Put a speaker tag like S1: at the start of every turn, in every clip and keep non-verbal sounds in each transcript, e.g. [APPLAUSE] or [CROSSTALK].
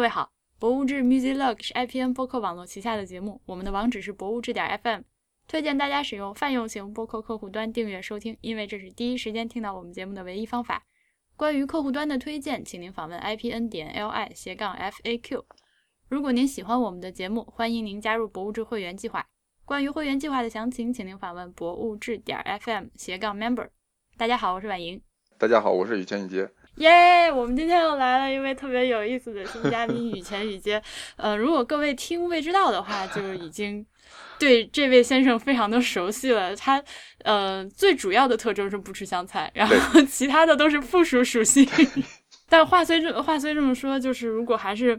S1: 位好，博物志 Music Log 是 IPN 播客网络旗下的节目，我们的网址是博物志点 FM，推荐大家使用泛用型播客客户端订阅收听，因为这是第一时间听到我们节目的唯一方法。关于客户端的推荐，请您访问 IPN 点 LI 斜杠 FAQ。如果您喜欢我们的节目，欢迎您加入博物志会员计划。关于会员计划的详情，请您访问博物志点 FM 斜杠 member。大家好，我是婉莹。
S2: 大家好，我是雨前雨杰。
S1: 耶我们今天又来了一位特别有意思的新嘉宾雨前雨杰。 [LAUGHS] 呃，如果各位听未知道的话，就是已经对这位先生非常的熟悉了。他呃最主要的特征是不吃香菜，然后其他的都是附属属性。但话虽这话虽这么说，就是如果还是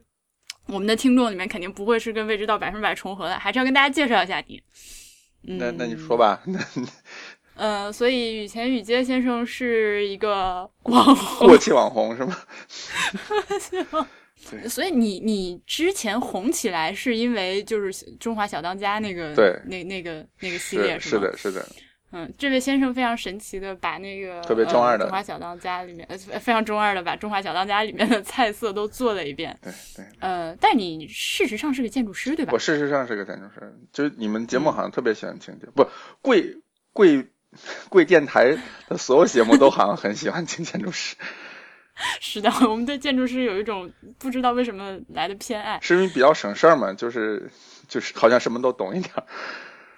S1: 我们的听众里面，肯定不会是跟未知道百分之百重合的，还是要跟大家介绍一下你。嗯、
S2: 那那你说吧，那
S1: 呃，所以雨前雨街先生是一个网红，
S2: 过气网红是吗？对
S1: 所以你你之前红起来是因为就是《中华小当家》那个
S2: 对
S1: 那那个那个系列
S2: [LAUGHS] 是是
S1: 吗？
S2: 的，是的，
S1: 嗯，这位先生非常神奇的把那个
S2: 特别中二的
S1: 呃《中华小当家》里面呃非常中二的把《中华小当家》里面的菜色都做了一遍。
S2: 对对。
S1: 呃，但你事实上是个建筑师对吧
S2: 我？事实上是个建筑师，就是你们节目好像特别喜欢情节，不贵贵贵电台的所有节目都好像很喜欢请建筑师，
S1: 是的，我们对建筑师有一种不知道为什么来的偏爱。
S2: [LAUGHS] 是因为比较省事儿嘛，就是就是好像什么都懂一点儿。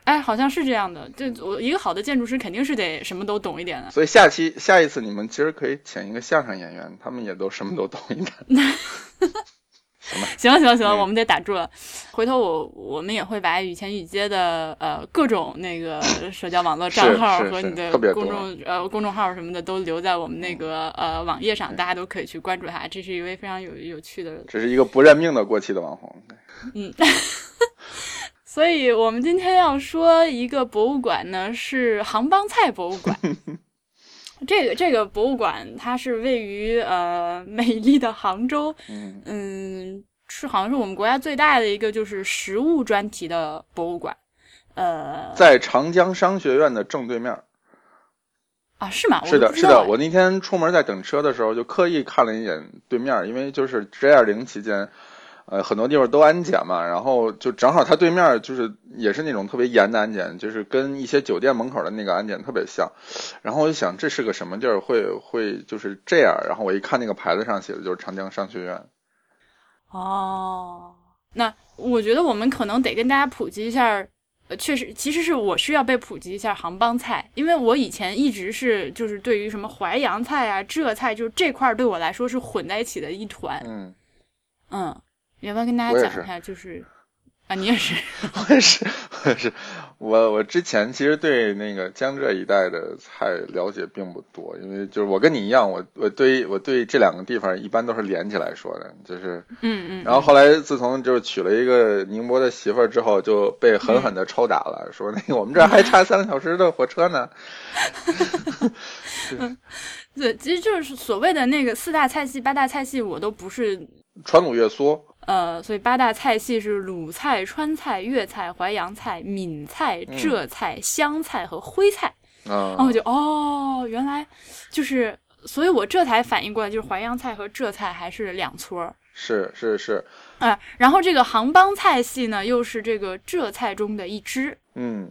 S1: 哎，好像是这样的。这我一个好的建筑师肯定是得什么都懂一点啊的。
S2: 所以下期下一次你们其实可以请一个相声演员，他们也都什么都懂一点儿。
S1: 行了行了行了，
S2: 嗯
S1: 我们得打住了。回头我我们也会把雨前雨街的呃各种那
S2: [LAUGHS]
S1: 个社交网络账号
S2: 是是
S1: 和你的
S2: 特别多嗯
S1: 公众呃公众号什么的都留在我们那个呃网页上，
S2: 对
S1: 大家都可以去关注他。这是一位非常有有趣的人。
S2: 只是一个不认命的过气的网红。
S1: 所以我们今天要说一个博物馆呢，是杭帮菜博物
S2: [LAUGHS]
S1: 馆。这个这个博物馆它是位于呃美丽的杭州，
S2: 嗯，
S1: 嗯，是好像是我们国家最大的一个就是食物专题的博物馆。呃，
S2: 在长江商学院的正对面儿。
S1: 啊，是吗？
S2: 是
S1: 我都
S2: 的，
S1: 不知
S2: 是
S1: 道
S2: 的，
S1: 哎
S2: 我那天出门在等车的时候，就刻意看了一眼对面儿，因为就是 G 二零期间，呃，很多地方都安检嘛，然后就正好它对面儿就是也是那种特别严的安检，就是跟一些酒店门口的那个安检特别像，然后我就想这是个什么地儿会会就是这样，然后我一看那个牌子上写的就是长江商学院，
S1: 哦，那我觉得我们可能得跟大家普及一下儿，呃，确实，其实是我是要被普及一下杭帮菜，因为我以前一直是就是对于什么淮扬菜啊、浙菜，就是这块儿对我来说是混在一起的一团。
S2: 嗯，
S1: 嗯，要不要跟大
S2: 我
S1: 家
S2: 也
S1: 讲
S2: 是
S1: 一下？就是啊，你也是，
S2: 我也 [LAUGHS] 是，我也是，我我之前其实对那个江浙一带的菜了解并不多，因为就是我跟你一样，我我对我对这两个地方一般都是连起来说的，就是，
S1: 嗯嗯。
S2: 然后后来自从就是娶了一个宁波的媳妇儿之后，就被狠狠的抽打了，说那个我们这儿还差三个小时的火车呢，
S1: 对，其实就是所谓的那个四大菜系、八大菜系，我都不是。
S2: 川鲁粤苏，
S1: 呃，所以八大菜系是鲁菜、川菜、粤菜、淮扬菜、闽菜、
S2: 嗯
S1: 浙菜、湘菜和徽菜。
S2: 啊、
S1: 然后我就哦，原来就是，所以我这才反应过来，就是淮扬菜和浙菜还是两撮儿。
S2: 是是是，
S1: 呃，然后这个杭帮菜系呢，又是这个浙菜中的一支。
S2: 嗯，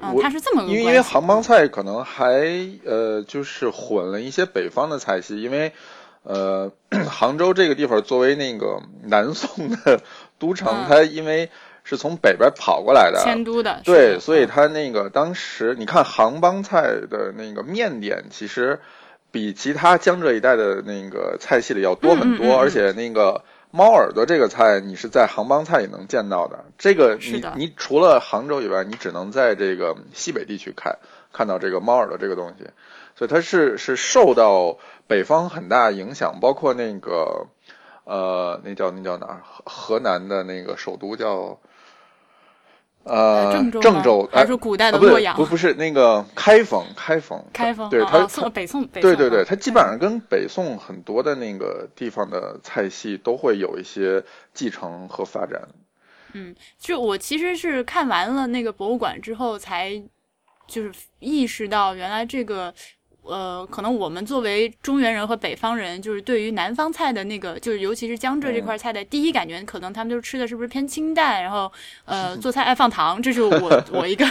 S1: 嗯、
S2: 我
S1: 它是这么个
S2: 因为因
S1: 关
S2: 为
S1: 系
S2: 杭帮菜可能还呃就是混了一些北方的菜系，因为呃 [CLEARS THROAT] 杭州这个地方作为那个南宋的 [LAUGHS] 都城，
S1: 嗯
S2: 它因为是从北边跑过来的，
S1: 迁都的，是
S2: 对，
S1: 的
S2: 所以
S1: 嗯
S2: 它那个当时你看杭帮菜的那个面点，其实比其他江浙一带的那个菜系里要多很多，
S1: 嗯嗯嗯嗯
S2: 而且那个猫耳朵这个菜，你是在杭帮菜也能见到的。这个
S1: 是
S2: 你
S1: 的
S2: 你除了杭州以外，你只能在这个西北地区看看到这个猫耳朵这个东西，所以它是是受到北方很大影响，包括那个。呃，那叫那叫哪儿？河河南的那个首都叫呃
S1: 郑州吗，
S2: 郑州
S1: 还
S2: 哎
S1: 是古代的
S2: 啊不
S1: 洛
S2: 对
S1: 阳，
S2: 不不是那个开封，开封，
S1: 开封，
S2: 对
S1: 啊
S2: 它
S1: 啊宋北宋，北
S2: 对
S1: 宋
S2: 对对，
S1: 啊
S2: 它基本上跟北宋很多的那个地方的菜系都会有一些继承和发展。
S1: 就我其实是看完了那个博物馆之后，才就是意识到原来这个呃，可能我们作为中原人和北方人，就是对于南方菜的那个，就是尤其是江浙这块菜的第一感觉，可能他们就是吃的是不是偏清淡，然后呃做菜爱放糖，这是我我一个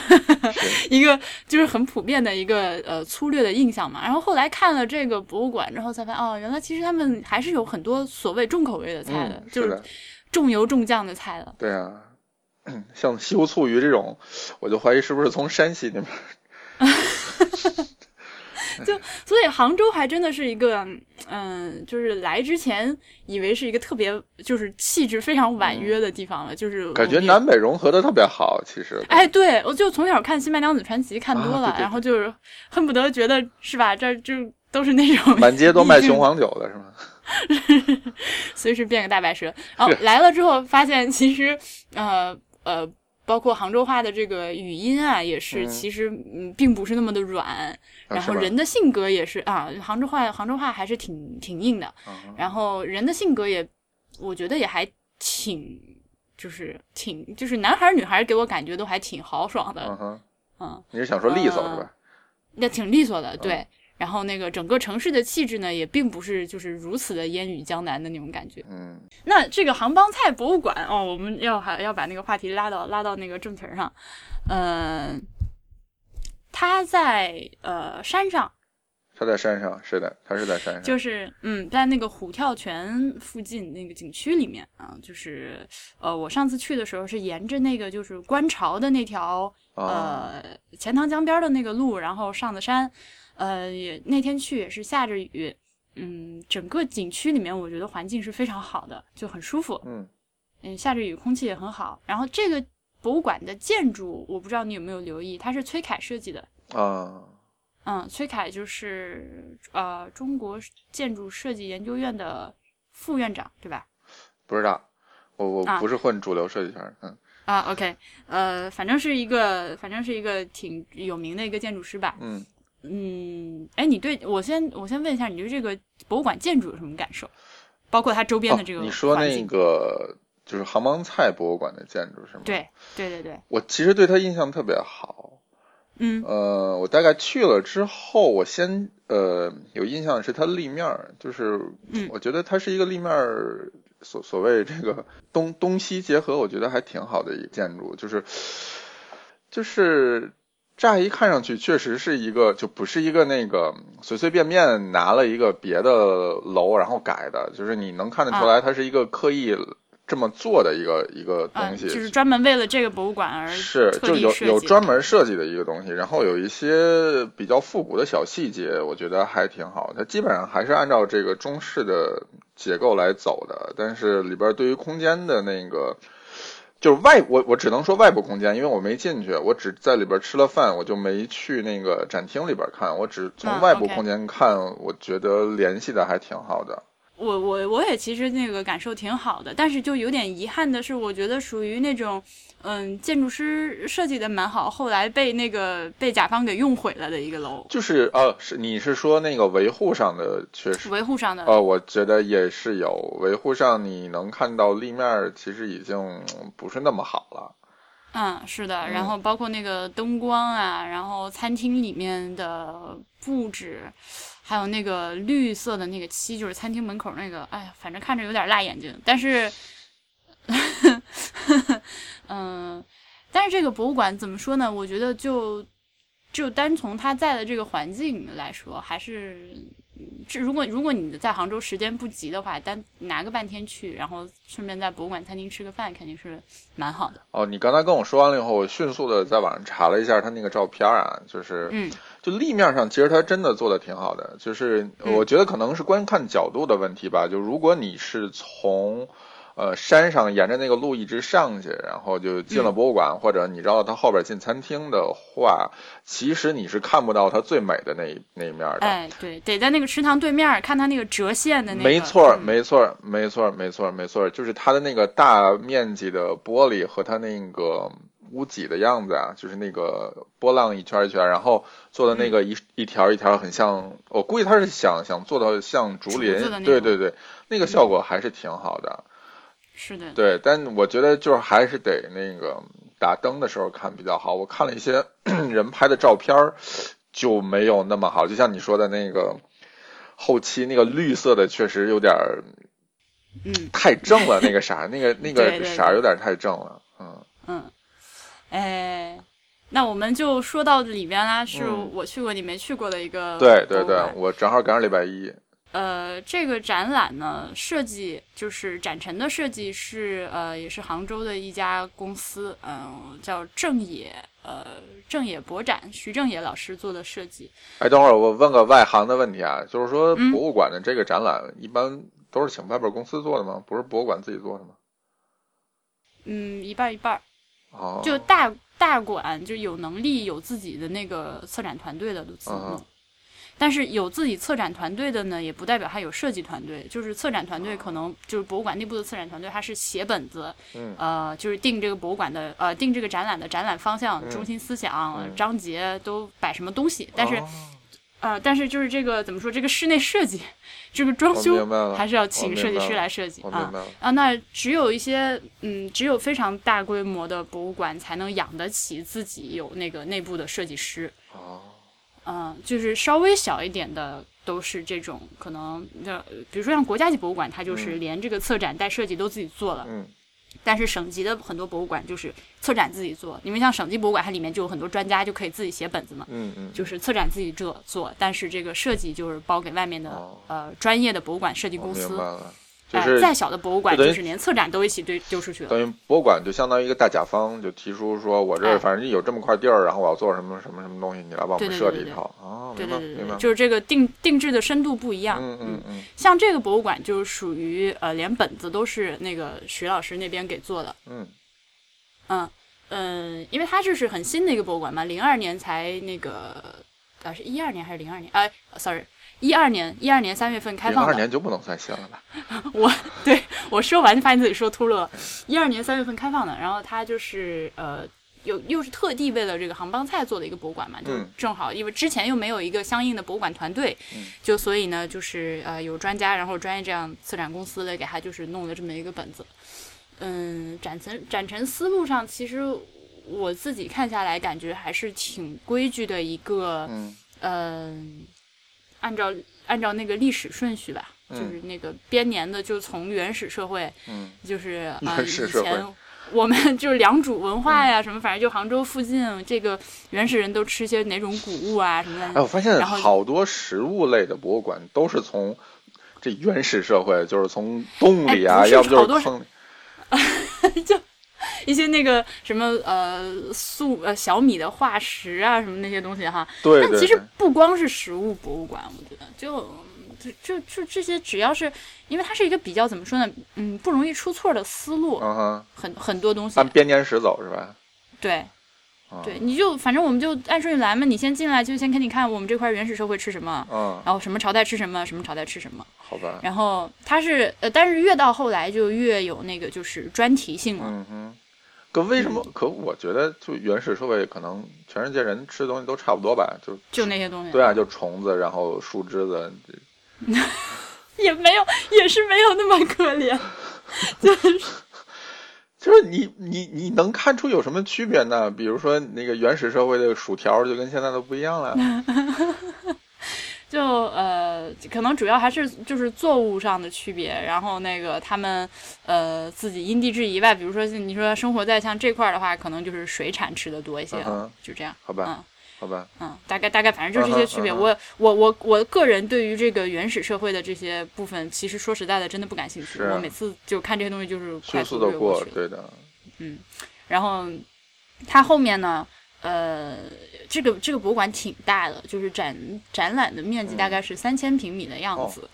S1: [LAUGHS] 一个就是很普遍的一个呃粗略的印象嘛。然后后来看了这个博物馆之后，才发现哦，原来其实他们还是有很多所谓重口味的菜的，
S2: 嗯，
S1: 就是是
S2: 的，
S1: 重油重酱的菜了。
S2: 对啊，像西湖醋鱼这种，我就怀疑是不是从山西那边儿。
S1: 所以杭州还真的是一个，嗯、就是来之前以为是一个特别就是气质非常婉约的地方了，就是
S2: 嗯感觉
S1: 我们也
S2: 南北融合的特别好，其实。
S1: 哎，对，我就从小看《新白娘子传奇》看多了，
S2: 啊对对对
S1: 然后就是恨不得觉得是吧，这就都是那种
S2: 满街都卖雄
S1: 黄。
S2: 黄酒的是吗？啊
S1: 随时变个大白蛇。然后来了之后，发现其实呃呃，包括杭州话的这个语音啊，也是
S2: 嗯
S1: 其实嗯，并不是那么的软。
S2: 啊
S1: 然
S2: 是
S1: 后
S2: 吧
S1: 人的性格也是啊，杭州话杭州话还是挺挺硬的。
S2: 嗯
S1: 然后人的性格也，我觉得也还挺。就是挺，就是男孩儿女孩儿给我感觉都还挺豪爽
S2: 嗯
S1: 的，
S2: 哼，
S1: 嗯，
S2: 你是想说利索
S1: 嗯
S2: 是吧？
S1: 那挺利索的，对。然后那个整个城市的气质呢，也并不是就是如此的烟雨江南的那种感觉。
S2: 嗯，
S1: 那这个杭帮菜博物馆哦，我们要还要把那个话题拉到拉到那个正题儿上，嗯、它在呃山上，
S2: 他在山上，是的，他是在山上。
S1: 就是嗯，在那个虎跳泉附近那个景区里面啊，就是呃，我上次去的时候是沿着那个就是观潮的那条
S2: 啊，
S1: 呃钱塘江边儿的那个路，然后上的山，呃，也那天去也是下着雨，嗯，整个景区里面我觉得环境是非常好的，就很舒服。
S2: 嗯，
S1: 嗯，下着雨，空气也很好。然后这个博物馆的建筑，我不知道你有没有留意，它是崔凯设计的。
S2: 啊，
S1: 嗯，崔凯就是呃中国建筑设计研究院的副院长，对吧？
S2: 不知道，我我
S1: 啊
S2: 不是混主流设计圈儿，嗯
S1: 啊，OK，呃，反正是一个，反正是一个挺有名的一个建筑师吧。
S2: 嗯，
S1: 嗯，哎，你对我先我先问一下，你对这个博物馆建筑有什么感受？包括它周边
S2: 哦
S1: 的这个、环
S2: 你说那
S1: 境
S2: 个就是杭帮菜博物馆的建筑是吗？，
S1: 对对对对，
S2: 我其实对他印象特别好。
S1: 嗯
S2: 呃，我大概去了之后，我先呃有印象的是它立面儿，就是
S1: 嗯
S2: 我觉得它是一个立面儿所所谓这个东东西结合，我觉得还挺好的一个建筑，就是就是乍一看上去确实是一个，就不是一个那个随随便便拿了一个别的楼然后改的，就是你能看得
S1: 啊
S2: 出来它是一个刻意这么做的一个、一个
S1: 嗯、
S2: 呃东西，
S1: 就是专门为了这个博物馆而
S2: 是，
S1: 特
S2: 就
S1: 地
S2: 有
S1: 设
S2: 有
S1: 计
S2: 专
S1: 的
S2: 门设计的一个东西，然后有一些比较复古的小细节，我觉得还挺好的。它基本上还是按照这个中式的结构来走的，但是里边对于空间的那个，就是外我我只能说外部空间，因为我没进去，我只在里边吃了饭，我就没去那个展厅里边看，我只
S1: 嗯
S2: 从外部
S1: ，OK
S2: 空间看，我觉得联系的还挺好的。
S1: 我我我也其实那个感受挺好的，但是就有点遗憾的是，我觉得属于那种，嗯，建筑师设计的蛮好，后来被那个被甲方给用毁了的一个楼，
S2: 就是啊，是你是说那个维护上的确实
S1: 维护上的，
S2: 呃，我觉得也是有维护上，你能看到立面儿其实已经嗯不是那么好了。
S1: 嗯，是的，然后包括那个灯光啊，然后餐厅里面的布置，还有那个绿色的那个漆，就是餐厅门口那个，哎呀，反正看着有点辣眼睛，但是， [LAUGHS] 嗯、但是这个博物馆怎么说呢？我觉得就就单从它在的这个环境来说，还是。嗯这如果如果你在杭州时间不急的话，单拿个半天去，然后顺便在博物馆餐厅吃个饭，肯定是蛮好的。
S2: 哦，你刚才跟我说完了以后，我迅速的在网上查了一下他那个照片儿啊，就是
S1: 嗯，
S2: 就立面上，其实它真的做的挺好的，就是
S1: 嗯
S2: 我觉得可能是观看角度的问题吧。就如果你是从呃山上沿着那个路一直上去，然后就进
S1: 嗯
S2: 了博物馆，或者你绕到它后边进餐厅的话，其实你是看不到它最美的那一那一面儿的。
S1: 哎，对，得在那个池塘对面儿看它那个折线的那个。
S2: 没错儿，
S1: 嗯
S2: 没错儿，没错儿，没错儿，没错儿，就是它的那个大面积的玻璃和它那个屋脊的样子啊，就是那个波浪一圈儿一圈儿，然后
S1: 嗯
S2: 做的那个一、一条一条，很像，我估计他是想想做到像竹
S1: 竹
S2: 林，
S1: 子的那
S2: 对
S1: 种
S2: 对对，那个效果还是挺好的。
S1: 嗯是的，
S2: 对，但我觉得就是还是 [CLEARS THROAT] 得那个打灯的时候看比较好。我看了一些人拍的照片儿，就没有那么好。就像你说的那个后期那个绿色的，确实有点儿
S1: 嗯
S2: 太正了，那个
S1: [LAUGHS]
S2: 啥，那个
S1: 对
S2: 那个
S1: 对
S2: 啥有点太正了，嗯。
S1: 嗯，哎，那我们就说到里边啦，是
S2: 嗯
S1: 我去过你没去过的一个
S2: 对对
S1: 博物
S2: 对
S1: 馆，
S2: 我正好赶上礼拜一，
S1: 呃，这个展览呢，设计就是展陈的设计是呃，也是杭州的一家公司，嗯、叫正野，呃，正野博展，徐正野老师做的设计。
S2: 哎，等会儿我问个外行的问题啊，就是说
S1: 嗯
S2: 博物馆的这个展览一般都是请外边公司做的吗？不是博物馆自己做的吗？
S1: 嗯，一半儿一半儿，
S2: 哦，
S1: 就大大馆就有能力有自己的那个策展团队的都自己弄
S2: 嗯，
S1: 但是有自己策展团队的呢，也不代表他有设计团队，就是策展团队可能就是博物馆内部的策展团队，他是写本子，
S2: 嗯
S1: 呃，就是定这个博物馆的呃定这个展览的展览方向、
S2: 嗯
S1: 中心思想、
S2: 嗯
S1: 章节都摆什么东西，但是、
S2: 哦
S1: 呃但是就是这个怎么说，这个室内设计，这个装
S2: 我
S1: 修
S2: 明白了
S1: 还是要
S2: 我
S1: 请
S2: 明
S1: 设计
S2: 白
S1: 师
S2: 了
S1: 来设计
S2: 我
S1: 啊
S2: 明。白了，
S1: 啊，那只有一些，嗯，只有非常大规模的博物馆才能养得起自己有那个内部的设计师，
S2: 哦，
S1: 嗯、就是稍微小一点的都是这种，可能呃，比如说像国家级博物馆，它就是
S2: 嗯
S1: 连这个策展带设计都自己做了，
S2: 嗯
S1: 但是省级的很多博物馆就是策展自己做，因为像省级博物馆它里面就有很多专家就可以自己写本子嘛，
S2: 嗯嗯，
S1: 就是策展自己做做，但是这个设计就是包给外面的、
S2: 哦
S1: 呃专业的博物馆设计
S2: 我
S1: 公
S2: 明
S1: 司
S2: 白。了，就
S1: 哎，
S2: 是
S1: 再小的博物馆，
S2: 就等
S1: 就
S2: 于
S1: 是连策展都一起丢丢出去了。
S2: 等于博物馆就相当于一个大甲方，就提出说我这
S1: 哎
S2: 儿反正有这么块地儿，然后我要做什么什么什么东西，你来帮我
S1: 对
S2: 们
S1: 对
S2: 设
S1: 对
S2: 计一
S1: 对
S2: 套哦，
S1: 对
S2: 明
S1: 对
S2: 白
S1: 对
S2: 明
S1: 对
S2: 白
S1: 对，，就是这个定定制的深度不一样。
S2: 嗯嗯嗯
S1: 像这个博物馆就是属于呃，连本子都是那个徐老师那边给做的。
S2: 嗯
S1: 嗯嗯，因为它这是很新的一个博物馆嘛，零二年才那个，啊是一二年还是零二年？哎，sorry，一二年一二年三月份开
S2: 嗯，零
S1: 放
S2: 二
S1: 的。
S2: 年就不能算新了吧？
S1: 我说完就发现自己说秃噜了。一二年三月份开放的，然后它就是呃。有又是特地为了这个杭帮菜做的一个博物馆嘛，就
S2: 嗯
S1: 正好因为之前又没有一个相应的博物馆团队，
S2: 嗯
S1: 就所以呢，就是呃有专家，然后专业这样策展公司的给他就是弄了这么一个本子。嗯，展陈展陈思路上，其实我自己看下来，感觉还是挺规矩的一个，
S2: 嗯
S1: 嗯，按照按照那个历史顺序吧，就
S2: 嗯
S1: 是那个编年的，就从原始社会，
S2: 嗯 [LAUGHS]
S1: 就是啊、呃，
S2: 原
S1: 以
S2: 始社会嗯
S1: 前我们 [LAUGHS] 就是良渚文化呀，什么反正就杭州附近这个原始人都吃些哪种谷物啊什么
S2: 哎，
S1: 的。
S2: 我发现
S1: 然后
S2: 好多食物类的博物馆都是从这原始社会，就是从洞里啊，
S1: 哎不是
S2: 要不
S1: 好
S2: 就
S1: 多
S2: 是坑里，
S1: 一些那个什么呃粟呃小米的化石啊什么那些东西哈。
S2: 对
S1: 但
S2: 对
S1: 其
S2: 对
S1: 实，不光是食物博物馆，我觉得就。就就就这些，只要是因为它是一个比较怎么说呢，嗯，不容易出错的思路，
S2: 嗯哼，
S1: 很很多东西
S2: 按，编年史走是吧？
S1: 对，
S2: 嗯
S1: 对，，你就反正我们就按顺序来嘛，你先进来就先给你看我们这块原始社会吃什么，
S2: 嗯，
S1: 然后什么朝代吃什么，什么朝代吃什么。
S2: 好吧，
S1: 然后它是呃，但是越到后来就越有那个就是专题性了。
S2: 嗯哼。可为什么？
S1: 嗯
S2: 可我觉得，就原始社会，可能全世界人吃的东西都差不多吧，就
S1: 就那些东西，
S2: 对啊，就虫子，然后树枝子，
S1: 也没有，也是没有那么可怜，
S2: 就是你你你能看出有什么区别呢？比如说那个原始社会的薯条就跟现在的不一样了，
S1: 就呃，可能主要还是就是作物上的区别，然后那个他们呃自己因地制宜吧，比如说你说生活在像这块儿的话，可能就是水产吃的多一些，
S2: 嗯哼
S1: 就这样，
S2: 好吧，
S1: 嗯。
S2: 好吧，
S1: 嗯，大概大概，反正就这些区别。
S2: 嗯哼
S1: 我我我我个人对于这个原始社会的这些部分，其实说实在的，真的不感兴趣。
S2: 是啊
S1: 我每次就看这些东西就是快
S2: 迅
S1: 速
S2: 速
S1: 略
S2: 的
S1: 过
S2: 过
S1: 去，了。
S2: 对的，
S1: 然后它后面呢，呃，这个这个博物馆挺大的，就是展展览的面
S2: 嗯
S1: 积大概是三千平米的样
S2: 哦
S1: 子。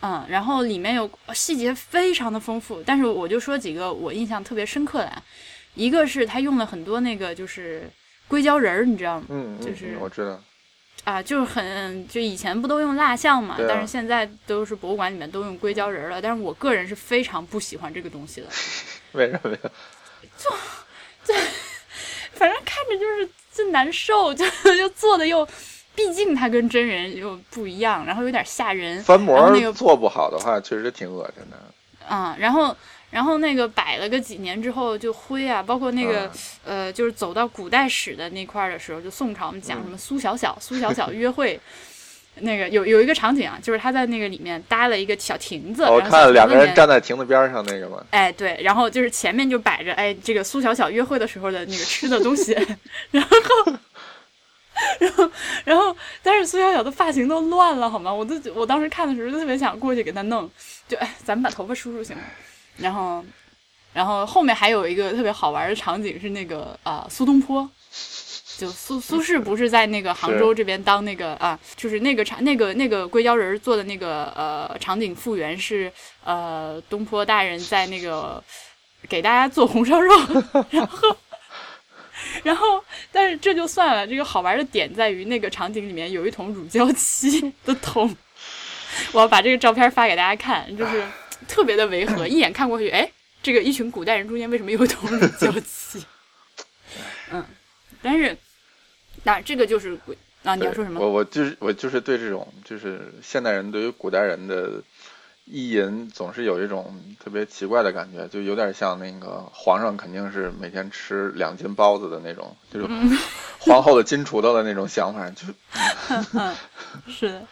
S1: 嗯，然后里面有细节非常的丰富，但是我就说几个我印象特别深刻的啊，一个是他用了很多那个就是硅胶人儿，你知道吗？
S2: 嗯，
S1: 就
S2: 嗯
S1: 是
S2: 嗯我知道，
S1: 啊，就是很就以前不都用蜡像嘛，
S2: 对啊
S1: 但是现在都是博物馆里面都用硅胶人儿了。但是我个人是非常不喜欢这个东西
S2: [LAUGHS]
S1: 的，
S2: 为什么呀？
S1: 反正看着就是就难受，就就做的又，毕竟它跟真人又不一嗯样，然后有点吓人
S2: 翻模
S1: 然后那个
S2: 儿做不好的话，确实挺恶心的。
S1: 啊、然后然后那个摆了个几年之后就灰啊，包括那个、
S2: 嗯
S1: 呃，就是走到古代史的那块儿的时候，就宋朝我们讲什
S2: 嗯
S1: 么苏小小、苏小
S2: [LAUGHS]
S1: 小约会，那个有有一个场景啊，就是他在那个里面搭了一个小亭子，
S2: 哦我
S1: 然后小
S2: 看两个
S1: 亭子里
S2: 人
S1: 面
S2: 站在亭子边上那个嘛，
S1: 哎，对，然后就是前面就摆着哎，这个苏小小约会的时候的那个吃的东西，然后，然后，然后，但是苏小小的发型都乱了，好吗？我都我当时看的时候就特别想过去给她弄，就哎，咱们把头发梳梳行吗？然后，然后后面还有一个特别好玩的场景是那个啊、呃苏东坡。就苏苏轼不是在那个杭州这边当那个啊，就是那个场那个那个硅胶人儿做的那个呃场景复原是呃东坡大人在那个给大家做红烧肉， [LAUGHS] 然后然后但是这就算了，这个好玩的点在于那个场景里面有一桶乳胶漆的桶， [LAUGHS] 我要把这个照片发给大家看，就是特别的违和，一眼看过去，哎，这个一群古代人中间为什么有一桶乳胶漆？嗯，但是那这个就是鬼啊，你要说什么
S2: 我？我就是我就是对这种就是现代人对于古代人的意淫，总是有一种特别奇怪的感觉，就有点像那个皇上肯定是每天吃两斤包子的那种，就是
S1: 嗯
S2: 皇后的金锄头的那种想法，就是
S1: 是的，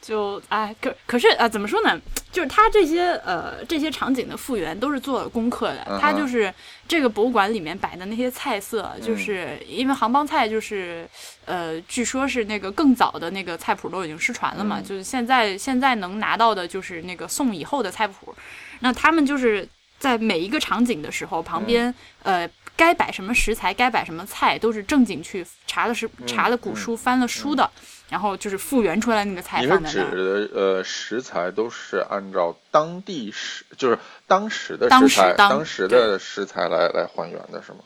S1: 就哎，可可是啊、怎么说呢？就是他这些呃这些场景的复原都是做了功课的，
S2: 嗯哼
S1: 他就是这个博物馆里面摆的那些菜色，
S2: 嗯
S1: 就是、因为杭帮菜就是呃，据说是那个更早的那个菜谱都已经失传了嘛，
S2: 嗯
S1: 就是现在现在能拿到的就是那个宋以后的菜谱，那他们就是在每一个场景的时候，
S2: 嗯
S1: 旁边、呃该摆什么食材，该摆什么菜，都是正经去查了是
S2: 嗯
S1: 查了古书，翻了书的，然后就是复原出来那个菜
S2: 你是
S1: 放在那儿。
S2: 指的呃食材都是按照当地食，就是当时的
S1: 当
S2: 食
S1: 时
S2: 材，
S1: 当
S2: 当时的食材来来还原的是吗？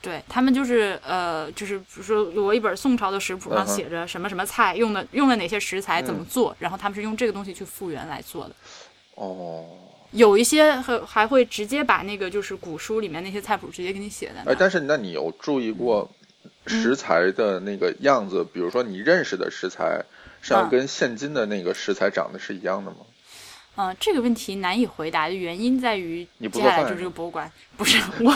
S1: 对他们就是呃，就是比如说我一本宋朝的食谱上
S2: 嗯哼
S1: 写着什么什么菜，用的用了哪些食材，怎么
S2: 嗯
S1: 做，然后他们是用这个东西去复原来做的。
S2: 哦。
S1: 有一些还还会直接把那个就是古书里面那些菜谱直接给你写在那
S2: 哎
S1: 儿，。
S2: 但是那你有注意过
S1: 嗯
S2: 食材的那个样子？比如说你认识的食材，是要
S1: 嗯
S2: 跟现今的那个食材长得是一样的吗？
S1: 嗯、这个问题难以回答的原因在于，
S2: 你不
S1: 接
S2: 做
S1: 下来
S2: 饭
S1: 就是这
S2: 吗
S1: 个博物馆，不是我，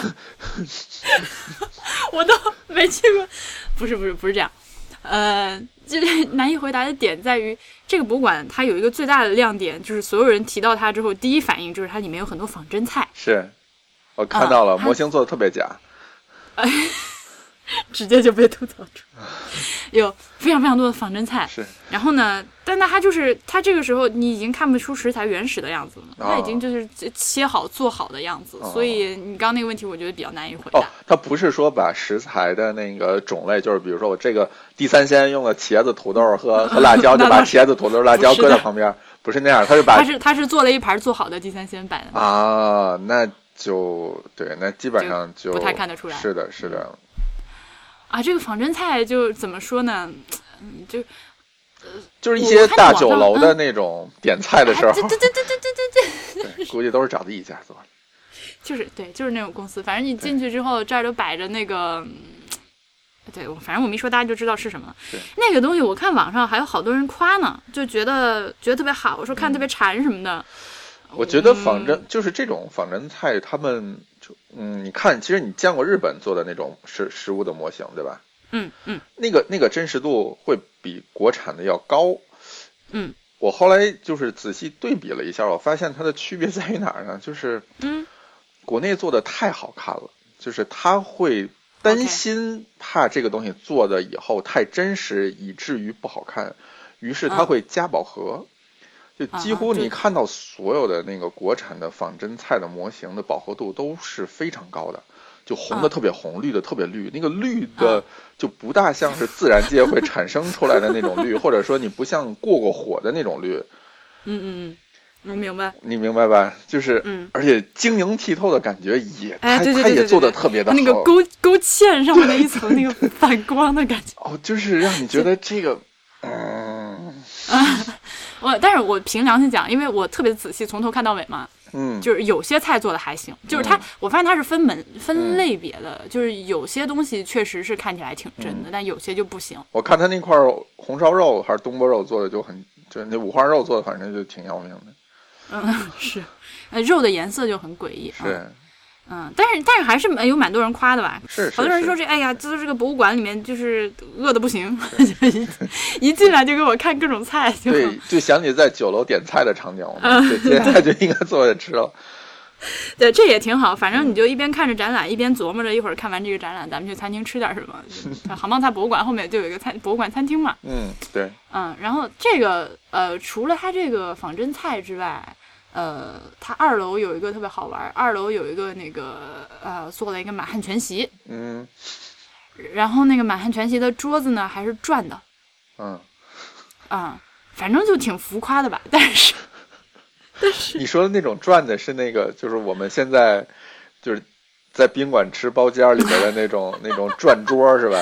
S2: [LAUGHS]
S1: 我都没去过，不是不是不是这样，呃，这个难以回答的点在于，这个博物馆它有一个最大的亮点，就是所有人提到它之后，第一反应就是它里面有很多仿真菜，
S2: 是，我看到了，
S1: 嗯它
S2: 模型做的特别假。
S1: 直接就被吐槽出，有非常非常多的仿真菜，
S2: 是，
S1: 然后呢，但那它就是它这个时候你已经看不出食材原始的样子了，它已经就是切好做好的样子，
S2: 啊哦
S1: 所以你刚刚那个问题我觉得比较难以回答。
S2: 哦，它不是说把食材的那个种类，就是比如说我这个地三鲜用了茄子、土
S1: [LAUGHS]
S2: 豆和和辣椒，
S1: 那
S2: 就把
S1: 倒是
S2: 茄子、土豆、辣椒
S1: 不是
S2: 搁
S1: 的
S2: 在旁边，不是那样，它是把
S1: 它是它是做了一盘做好的地三鲜摆的，
S2: 啊，那就对，那基本
S1: 就
S2: 上就
S1: 不太看得出来嗯
S2: 是的，是的，
S1: 啊，这个仿真菜就怎么说呢？
S2: [LAUGHS]
S1: 嗯，就
S2: 就是一
S1: 我
S2: 些
S1: 看
S2: 大
S1: 网
S2: 酒
S1: 上
S2: 楼的
S1: 嗯
S2: 那种点菜的
S1: 哎
S2: 时候，
S1: 这这这这这这这这，
S2: 对，估计都是找的一家做的。
S1: 就是对，就是那种公司，反正你进去之后，这儿都摆着那个。嗯对，我反正我没说，大家就知道是什么了
S2: 对。
S1: 那个东西，我看网上还有好多人夸呢，就觉得觉得特别好，我说看特
S2: 嗯
S1: 别馋什么的。哦
S2: 我觉得仿真就是这种仿真菜，他们就嗯，你看，其实你见过日本做的那种食食物的模型，对吧？
S1: 嗯嗯，
S2: 那个那个真实度会比国产的要高。
S1: 嗯，
S2: 我后来就是仔细对比了一下，我发现它的区别在于哪儿呢？就是
S1: 嗯，
S2: 国内做的太好看了，就是他会担心怕这个东西做的以后太真实，以至于不好看，于是他
S1: 嗯
S2: 会加饱和。就几乎
S1: 啊就
S2: 你看到所有的那个国产的仿真菜的模型的饱和度都是非常高的，就红的
S1: 嗯
S2: 特别红，绿的特别绿。那个绿的就不大像是自然界会产生出来的那种绿，或者说你不像过过火的那种绿，
S1: 嗯嗯嗯，我明白。
S2: 你明白吧？就是，
S1: 嗯
S2: 而且晶莹剔透的感觉也，
S1: 哎
S2: 它
S1: 对对
S2: 它
S1: 对
S2: 也
S1: 对
S2: 做的
S1: 对
S2: 特别的好。
S1: 那个勾勾芡上面的一层那个反光的感觉，
S2: 哦，就是让你觉得这个，嗯
S1: [LAUGHS] 我但是我凭良心讲，因为我特别仔细从头看到尾嘛，
S2: 嗯，
S1: 就是有些菜做的还行，就是它，
S2: 嗯
S1: 我发现它是分门分类别的，就是有些东西确实是看起来挺真的，但有些就不行。
S2: 我看他那块儿红烧肉还是东坡肉做的就很，就是那五花肉做的，反正就挺要命的。
S1: 嗯，是， [LAUGHS] 呃，肉的颜色就很诡异。嗯
S2: 是
S1: 嗯，但是但是还是蛮有蛮多人夸的吧？
S2: 是是
S1: 好多人说
S2: 是
S1: 这，哎呀，就是这个博物馆里面就是饿的不行， [LAUGHS] 就一一进来就给我看各种菜，就
S2: 对，就想起在酒楼点菜的场
S1: [LAUGHS]
S2: 景，我们这些菜就应该坐着吃了。
S1: 对，这也挺好。反正
S2: 嗯
S1: 你就一边看着展览，一边琢磨着一会儿看完这个展览，咱们去餐厅吃点什
S2: [LAUGHS]
S1: 么。就杭帮菜博物馆后面就有一个餐博物馆餐厅嘛，
S2: 嗯，对，
S1: 嗯，然后这个呃，除了它这个仿真菜之外，呃，它二楼有一个特别好玩儿，二楼有一个那个呃，做了一个满汉全席，
S2: 嗯
S1: 然后那个满汉全席的桌子呢还是转的，
S2: 嗯，
S1: 啊、反正就挺浮夸的吧，但是
S2: 你说的那种转的是那个，就是我们现在就是在宾馆吃包间儿里边的
S1: [LAUGHS]
S2: 那种那种转桌是吧？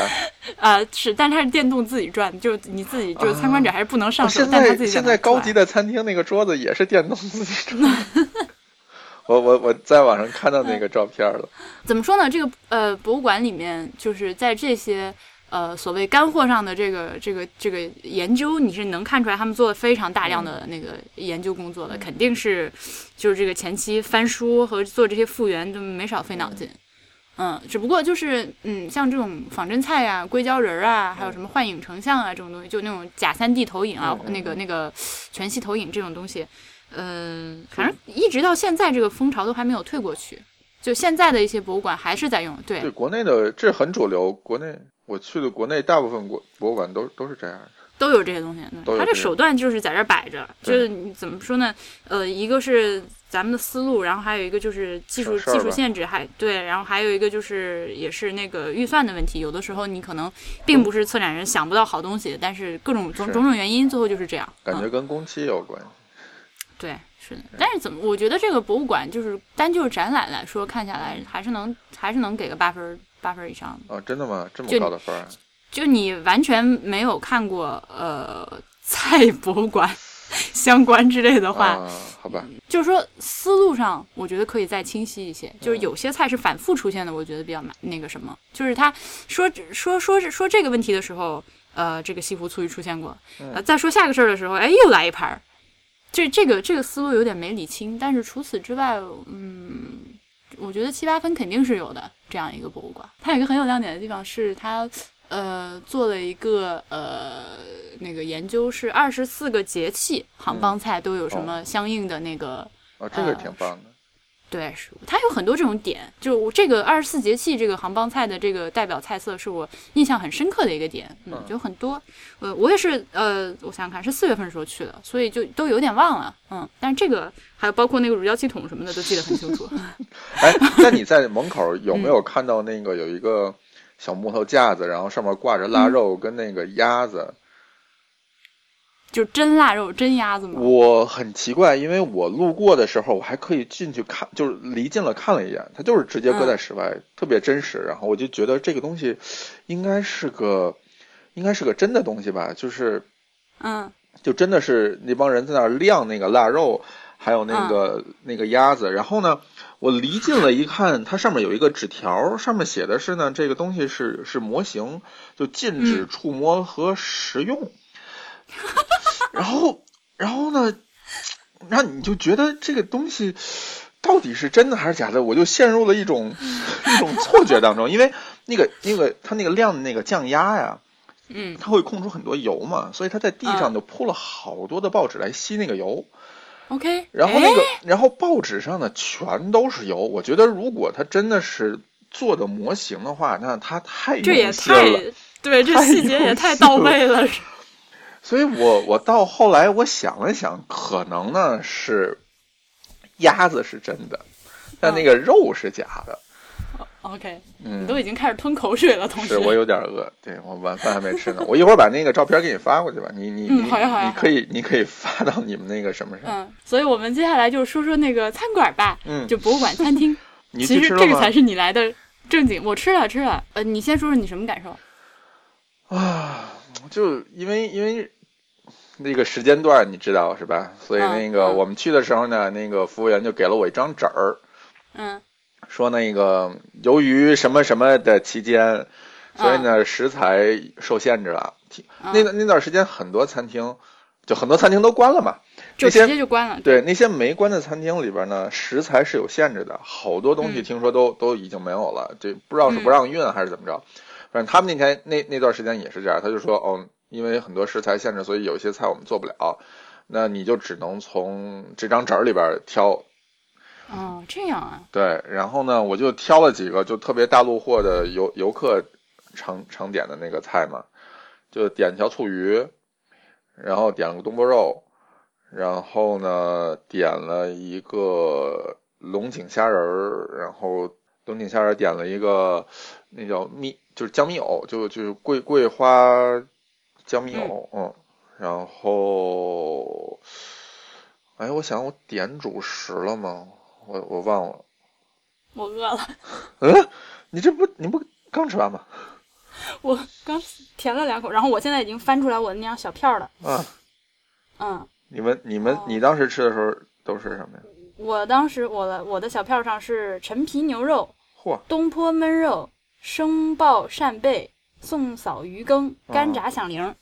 S1: 呃是，但它是电动自己转，就你自己就是参观者还是不能上
S2: 哦
S1: 手，
S2: 现
S1: 但他
S2: 在
S1: 自己
S2: 现在高级
S1: 的
S2: 的餐厅那个桌子也是电动自己转。我我我在网上看到那个照片了，
S1: 怎么说呢？这个呃博物馆里面就是在这些。呃，所谓干货上的这个这个这个研究，你是能看出来他们做了非常大量
S2: 嗯
S1: 的那个研究工作的，肯定是就是这个前期翻书和做这些复原都没少费脑筋。嗯，只不过就是嗯，像这种仿真菜啊、硅胶人儿啊，还有什么幻影成像啊这种东西，就那种假三 D 投影啊，
S2: 嗯嗯
S1: 那个那个全息投影这种东西，嗯、反正一直到现在这个风潮都还没有退过去。就现在的一些博物馆还是在用，对，
S2: 对国内的这很主流，国内我去的国内大部分国博物馆都都是这样的。
S1: 都有这些东西。
S2: 都有
S1: 对他这
S2: 这些
S1: 手段就是在这儿摆着，就
S2: 对
S1: 是你怎么说呢？呃，一个是咱们的思路，然后还有一个就是技术
S2: 省事儿
S1: 技
S2: 吧
S1: 术限制，还对，然后还有一个就是也是那个预算的问题。有的时候你可能并不是策展人想不到好东西，但是各种种
S2: 是
S1: 种种原因，最后就是这样。
S2: 感觉
S1: 嗯、
S2: 跟工期有关系。
S1: 对。是的，但是怎么？我觉得这个博物馆就是单就展览来说，看下来还是能还是能给个八分儿八分儿以上的。
S2: 哦，真的吗？这么
S1: 就
S2: 高的分儿？啊
S1: 就你完全没有看过呃 [LAUGHS] 菜博物馆相关之类的话，嗯
S2: 啊，好吧，
S1: 就是说思路上，我觉得可以再清晰一些。就是有些菜是反复出现的，我觉得比较蛮那个什么。就是他说说说说这个问题的时候，呃，这个西湖醋鱼出现过，呃，再说下个事儿的时候，哎，又来一盘儿。这这个这个思路有点没理清，但是除此之外，嗯，我觉得七八分肯定是有的。这样一个博物馆，它有一个很有亮点的地方是它，呃，做了一个呃那个研究，是二十四个节气杭帮菜都有
S2: 哦
S1: 什么相应的那个、
S2: 啊，这
S1: 嗯
S2: 个挺棒的。
S1: 对，是它有很多这种点，就我这个二十四节气这个杭帮菜的这个代表菜色是我印象很深刻的一个点，嗯
S2: 嗯，
S1: 就很多，呃，我也是，呃，我想想看，是四月份的时候去的，所以就都有点忘了，嗯，但是这个还有包括那个乳胶系统什么的都记得很
S2: [LAUGHS]
S1: 清楚，
S2: 哎，那你在门口有没有看到那个有一个小木头架子，然后上面挂着腊肉跟那个鸭子？
S1: 就真腊肉、真鸭子嘛，
S2: 我很奇怪，因为我路过的时候，我还可以进去看，就是离近了看了一眼，它就是直接搁在室外，特别真实。然后我就觉得这个东西应该是个，应该是个真的东西吧，就是
S1: 嗯
S2: 就真的是那帮人在那儿晾那个腊肉，还有那个、那个鸭子。然后呢，我离近了一看，它上面有一个纸条，上面写的是呢，这个东西是是模型，就禁止触摸和食用。然后，然后呢，那你就觉得这个东西到底是真的还是假的？我就陷入了一种一种错觉当中，因为那个那个它那个晾的那个酱鸭呀，
S1: 嗯，
S2: 它会空出很多油嘛，所以它在地上就铺了好多的报纸来吸那个油，
S1: ，OK，
S2: 然后
S1: 哎
S2: 那个，然后报纸上呢全都是油。我觉得如果它真的是做的模型的话，那它太
S1: 这也
S2: 用心
S1: 太
S2: 了。
S1: 对，这
S2: 太
S1: 细节
S2: 用
S1: 也太
S2: 心
S1: 到
S2: 了
S1: 位了，
S2: 所以我我到后来我想了想，可能呢是鸭子是真的，但那个肉是假的。
S1: OK，你
S2: 嗯，
S1: 都已经开始吞口水了，同时
S2: 是我有点饿，对我晚饭还没吃呢。我一会儿把那个照片给你发过去吧，你你你
S1: 嗯好呀好呀
S2: 你可以你可以发到你们那个什么上。
S1: 嗯，所以我们接下来就说说那个餐馆吧，
S2: 嗯
S1: 就博物馆餐厅。
S2: [LAUGHS] 你
S1: 其
S2: 去
S1: 实
S2: 吃了
S1: 这个
S2: 吗
S1: 才？是你来的正经。我吃了吃了，呃，你先说说你什么感受？
S2: 啊，就因为因为那个时间段你知道是吧？所以
S1: 嗯
S2: 那个
S1: 嗯
S2: 我们去的时候呢，那个服务员就给了我一张纸儿，
S1: 嗯
S2: 说那个由于什么什么的期间，
S1: 嗯啊
S2: 所以呢食材受限制了。提那段那段时间很多餐厅。就很多餐厅都关了嘛。
S1: 就
S2: 那些
S1: 直接就关了。
S2: 对那些没关的餐厅里边呢，食材是有限制的，好多东西
S1: 嗯
S2: 听说都、都已经没有了，这不知道是不让运还是怎么着。反正他们那天那那段时间也是这样，他就说哦，因为很多食材限制，所以有一些菜我们做不了，那你就只能从这张纸儿里边挑。
S1: 哦，这样啊，
S2: 对，然后呢，我就挑了几个就特别大陆货的游游客常常点的那个菜嘛，就点条醋鱼，然后点了个东坡肉，然后呢点了一个龙井虾仁儿，然后龙井虾仁儿点了一个那叫蜜，就是江蜜藕，就就是桂桂花江蜜藕，嗯，然后，哎，我想我点主食了吗？我我忘了，
S3: 我饿了，
S2: 嗯，你这不你不刚吃完吗？
S3: 我刚舔了两口，然后我现在已经翻出来我那张小票了。
S2: 啊，
S3: 嗯，
S2: 你们你们
S3: 哦
S2: 你当时吃的时候都是什么呀？
S3: 我当时我的我的小票上是陈皮牛肉、
S2: 嚯，
S3: 东坡焖肉、生爆扇贝、宋嫂鱼羹、
S2: 哦
S3: 干炸响铃，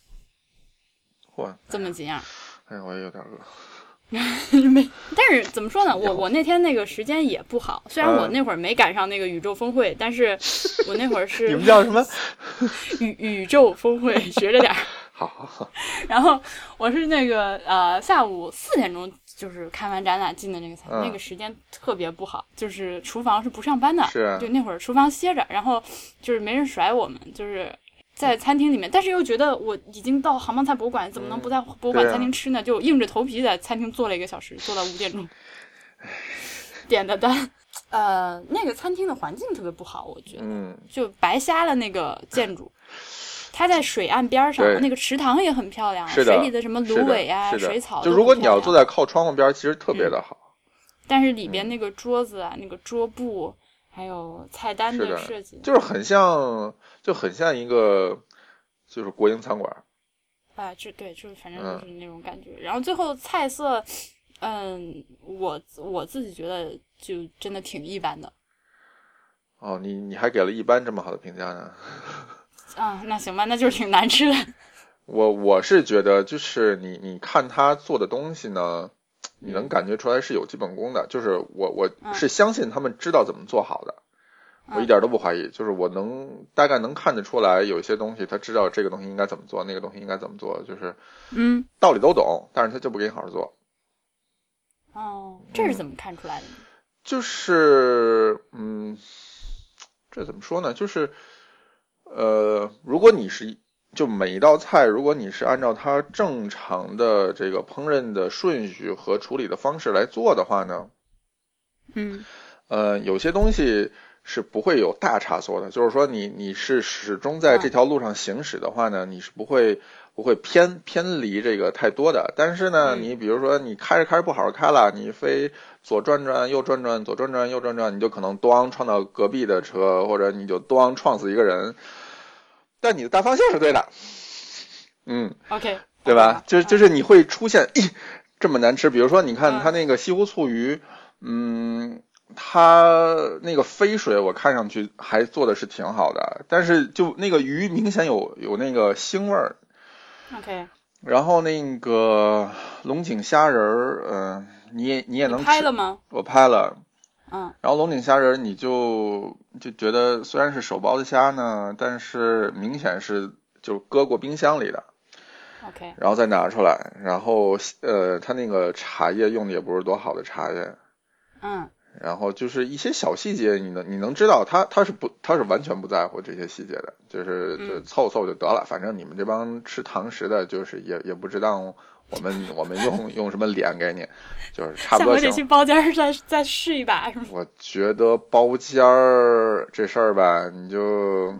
S1: 这么几样。
S2: 哎呀，我也有点饿。
S3: 没。
S1: 但是怎么说呢，我
S2: 有
S1: 我那天那个时间也不好，虽然
S2: 嗯
S1: 我那会儿没赶上那个宇宙峰会，但
S2: [LAUGHS]
S1: 是我那会儿
S2: 你
S1: 是
S2: 们叫什么？
S1: 宇宇宙峰
S2: [LAUGHS]
S1: 会学着点儿，
S2: 好好好，
S1: 然后我是那个呃下午四点钟就是看完展览进的那个餐，
S2: 嗯
S1: 那个时间特别不好，就是厨房是不上班的，
S2: 是啊
S1: 就那会儿厨房歇着，然后就是没人甩我们，就是。在
S2: 嗯
S1: 餐厅里面，但是又觉得我已经到杭帮菜博物馆，怎么能不在博物馆
S2: 对啊
S1: 餐厅吃呢？就硬着头皮在餐厅坐了一个小时，坐到五点钟，
S2: 嗯
S1: [LAUGHS] 点的单。呃，那个餐厅的环境特别不好，我觉得。
S2: 嗯，
S1: 就白瞎了那个建
S2: [LAUGHS]
S1: 筑。它在水岸边儿上
S2: 对，
S1: 那个池塘也很漂亮，
S2: 是的
S1: 水里的什么芦苇啊、
S2: 是的是的
S1: 水草都
S2: 就
S1: 很
S2: 如果你要坐
S1: 漂
S2: 嗯
S1: 亮，
S2: 在靠窗户边儿，其实特别
S1: 嗯
S2: 的好。
S1: 但是里边那个桌子啊、那个桌布，还有菜单
S2: 是
S1: 的
S2: 的
S1: 设计
S2: 就是很像，就很像一个就是国营餐馆。
S1: 啊，这对，就是反正
S2: 嗯
S1: 就是那种感觉。然后最后菜色，嗯，我我自己觉得就真的挺一般的。
S2: 哦，你你还给了一般这么好的评价呢？
S1: 啊，那行吧，那就是挺难吃的。
S2: 我我是觉得，就是你你看他做的东西呢，你能感觉出来是有基本功的。就是我我
S1: 嗯
S2: 是相信他们知道怎么做好的，我一点都不怀疑。就是我能大概能看得出来，有一些东西他知道这个东西应该怎么做，那个东西应该怎么做，就是
S1: 嗯，
S2: 道理都懂，但是他就不给你好好做。
S1: [LAUGHS] 哦，这是怎么看出来的？
S2: 就是，嗯，这怎么说呢？就是，呃，如果你是就每一道菜，如果你是按照它正常的这个烹饪的顺序和处理的方式来做的话呢，
S1: 嗯
S2: 呃，有些东西是不会有大差错的。就是说你，你是始终在这条路上行驶的话呢，你是不会不会偏偏离这个太多的。但是呢，
S1: 嗯
S2: 你比如说你开着开着不好好开了，你非左转转右转转左转转右转转，你就可能咣撞到隔壁的车，或者你就咣撞死一个人。但你的大方向是对的，嗯。
S1: ，OK，
S2: 对
S1: 嗯
S2: 吧？就是就是是你会出现，咦，这么难吃。比如说，你看
S1: 嗯
S2: 它那个西湖醋鱼，嗯，它那个飞水，我看上去还做的是挺好的，但是就那个鱼明显有有那个腥味儿。
S1: 嗯 OK，
S2: 然后那个龙井虾仁儿，嗯、你也你也能
S1: 你拍
S2: 吃
S1: 了吗？
S2: 我拍了。
S1: 嗯，
S2: 然后龙井虾仁儿，你就就觉得虽然是手剥的虾呢，但是明显是就搁过冰箱里的。
S1: OK，
S2: 然后再拿出来，然后呃，它那个茶叶用的也不是多好的茶叶，
S1: 嗯
S2: 然后就是一些小细节，你能你能知道他他是不他是完全不在乎这些细节的，就是就
S1: 嗯
S2: 凑凑就得了，反正你们这帮吃堂食的，就是也也不值当我们我们
S1: [LAUGHS]
S2: 用用什么脸给你，就是差不
S1: 下
S2: 多
S1: 回得去
S2: 行。
S1: 包间儿再再试一把，是吗？
S2: 我觉得包间儿这事儿吧，你就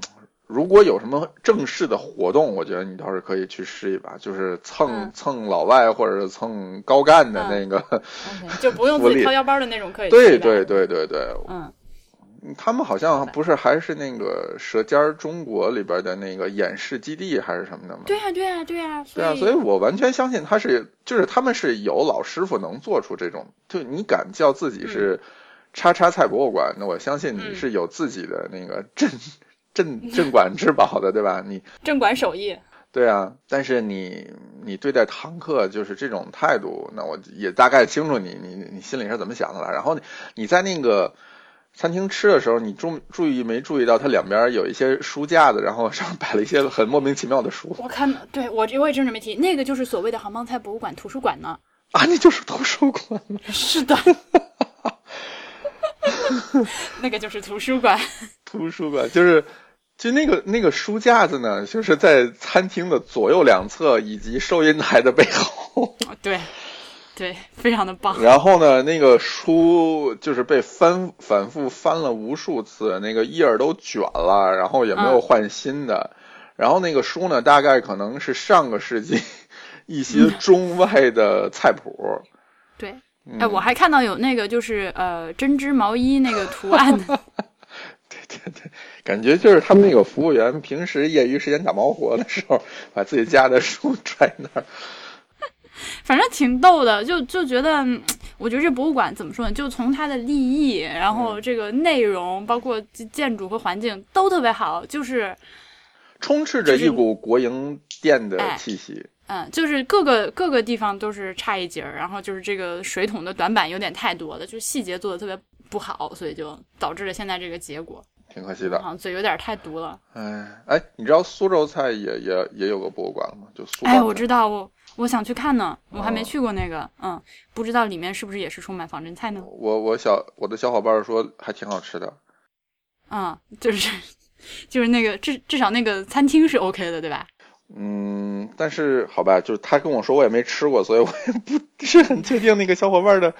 S2: 如果有什么正式的活动，我觉得你倒是可以去试一把，就是蹭、
S1: 嗯
S2: 蹭老外或者是蹭高干的那个。
S1: 就不用
S2: 福
S1: 自己
S2: 利
S1: 掏腰包的那种，可以试
S2: 嗯 [LAUGHS] 对
S1: 一把
S2: 对，对对对，
S1: 嗯，
S2: 他们好像不是还是那个《舌尖儿中国》里边的那个演示基地还是什么的吗？
S1: 对呀对呀对呀，
S2: 对啊，所以我完全相信他是，就是他们是有老师傅能做出这种，就你敢叫自己是叉叉菜博物馆，那我相信你
S1: 嗯
S2: 是有自己的那个镇镇镇馆之宝的，对吧？你
S1: 正管手艺，
S2: 对啊，但是你你对待堂客就是这种态度，那我也大概清楚你你你心里是怎么想的了。然后你你在那个餐厅吃的时候，你注注意没注意到它两边有一些书架子，然后上摆了一些很莫名其妙的书
S1: 我看对我我也正准备提，那个就是所谓的杭帮菜博物馆图书馆呢。
S2: 啊？那就是图书馆吗？
S1: 是的， [LAUGHS] 那个就是图书馆。
S2: 图书馆就是。就那个那个书架子呢，就是在餐厅的左右两侧以及收银台的背后。 [LAUGHS]
S1: 哦对，对，非常的棒。
S2: 然后呢，那个书就是被翻反复翻了无数次，那个页儿都卷了，然后也没有换新的。然后那个书呢，大概可能是上个世纪一些中外的菜谱。
S1: 对，
S2: 嗯
S1: 哎，我还看到有那个就是呃针织毛衣那个图案 [LAUGHS] 的，
S2: 感觉就是他们那个服务员平时业余时间打毛活的时候，把自己家的书 [LAUGHS] 揣那儿。
S1: 反正挺逗的，就就觉得，嗯我觉得这博物馆怎么说呢？就从它的立意，然后这个内容，包括这建筑和环境都特别好，就是
S2: 充斥着一股国营店的
S1: 哎
S2: 气息。
S1: 嗯，就是各个各个地方都是差一截儿，然后就是这个水桶的短板有点太多了，就是细节做的特别不好，所以就导致了现在这个结果，
S2: 挺可惜的，
S1: 好像嘴有点太毒了。
S2: 哎哎，你知道苏州菜也也也有个博物馆吗？就苏
S1: 哎，
S2: 帮
S1: 我
S2: 的
S1: 知道，我我想去看呢，我还
S2: 哦
S1: 没去过那个，嗯，不知道里面是不是也是充满仿真菜呢？
S2: 我我小我的小伙伴说还挺好吃的，
S1: 嗯，就是 [LAUGHS] 就是那个至至少那个餐厅是 OK 的，对吧？ [LAUGHS]
S2: 嗯，但是好吧，就是他跟我说我也没吃过，所以我也不是很确定那个小伙伴的。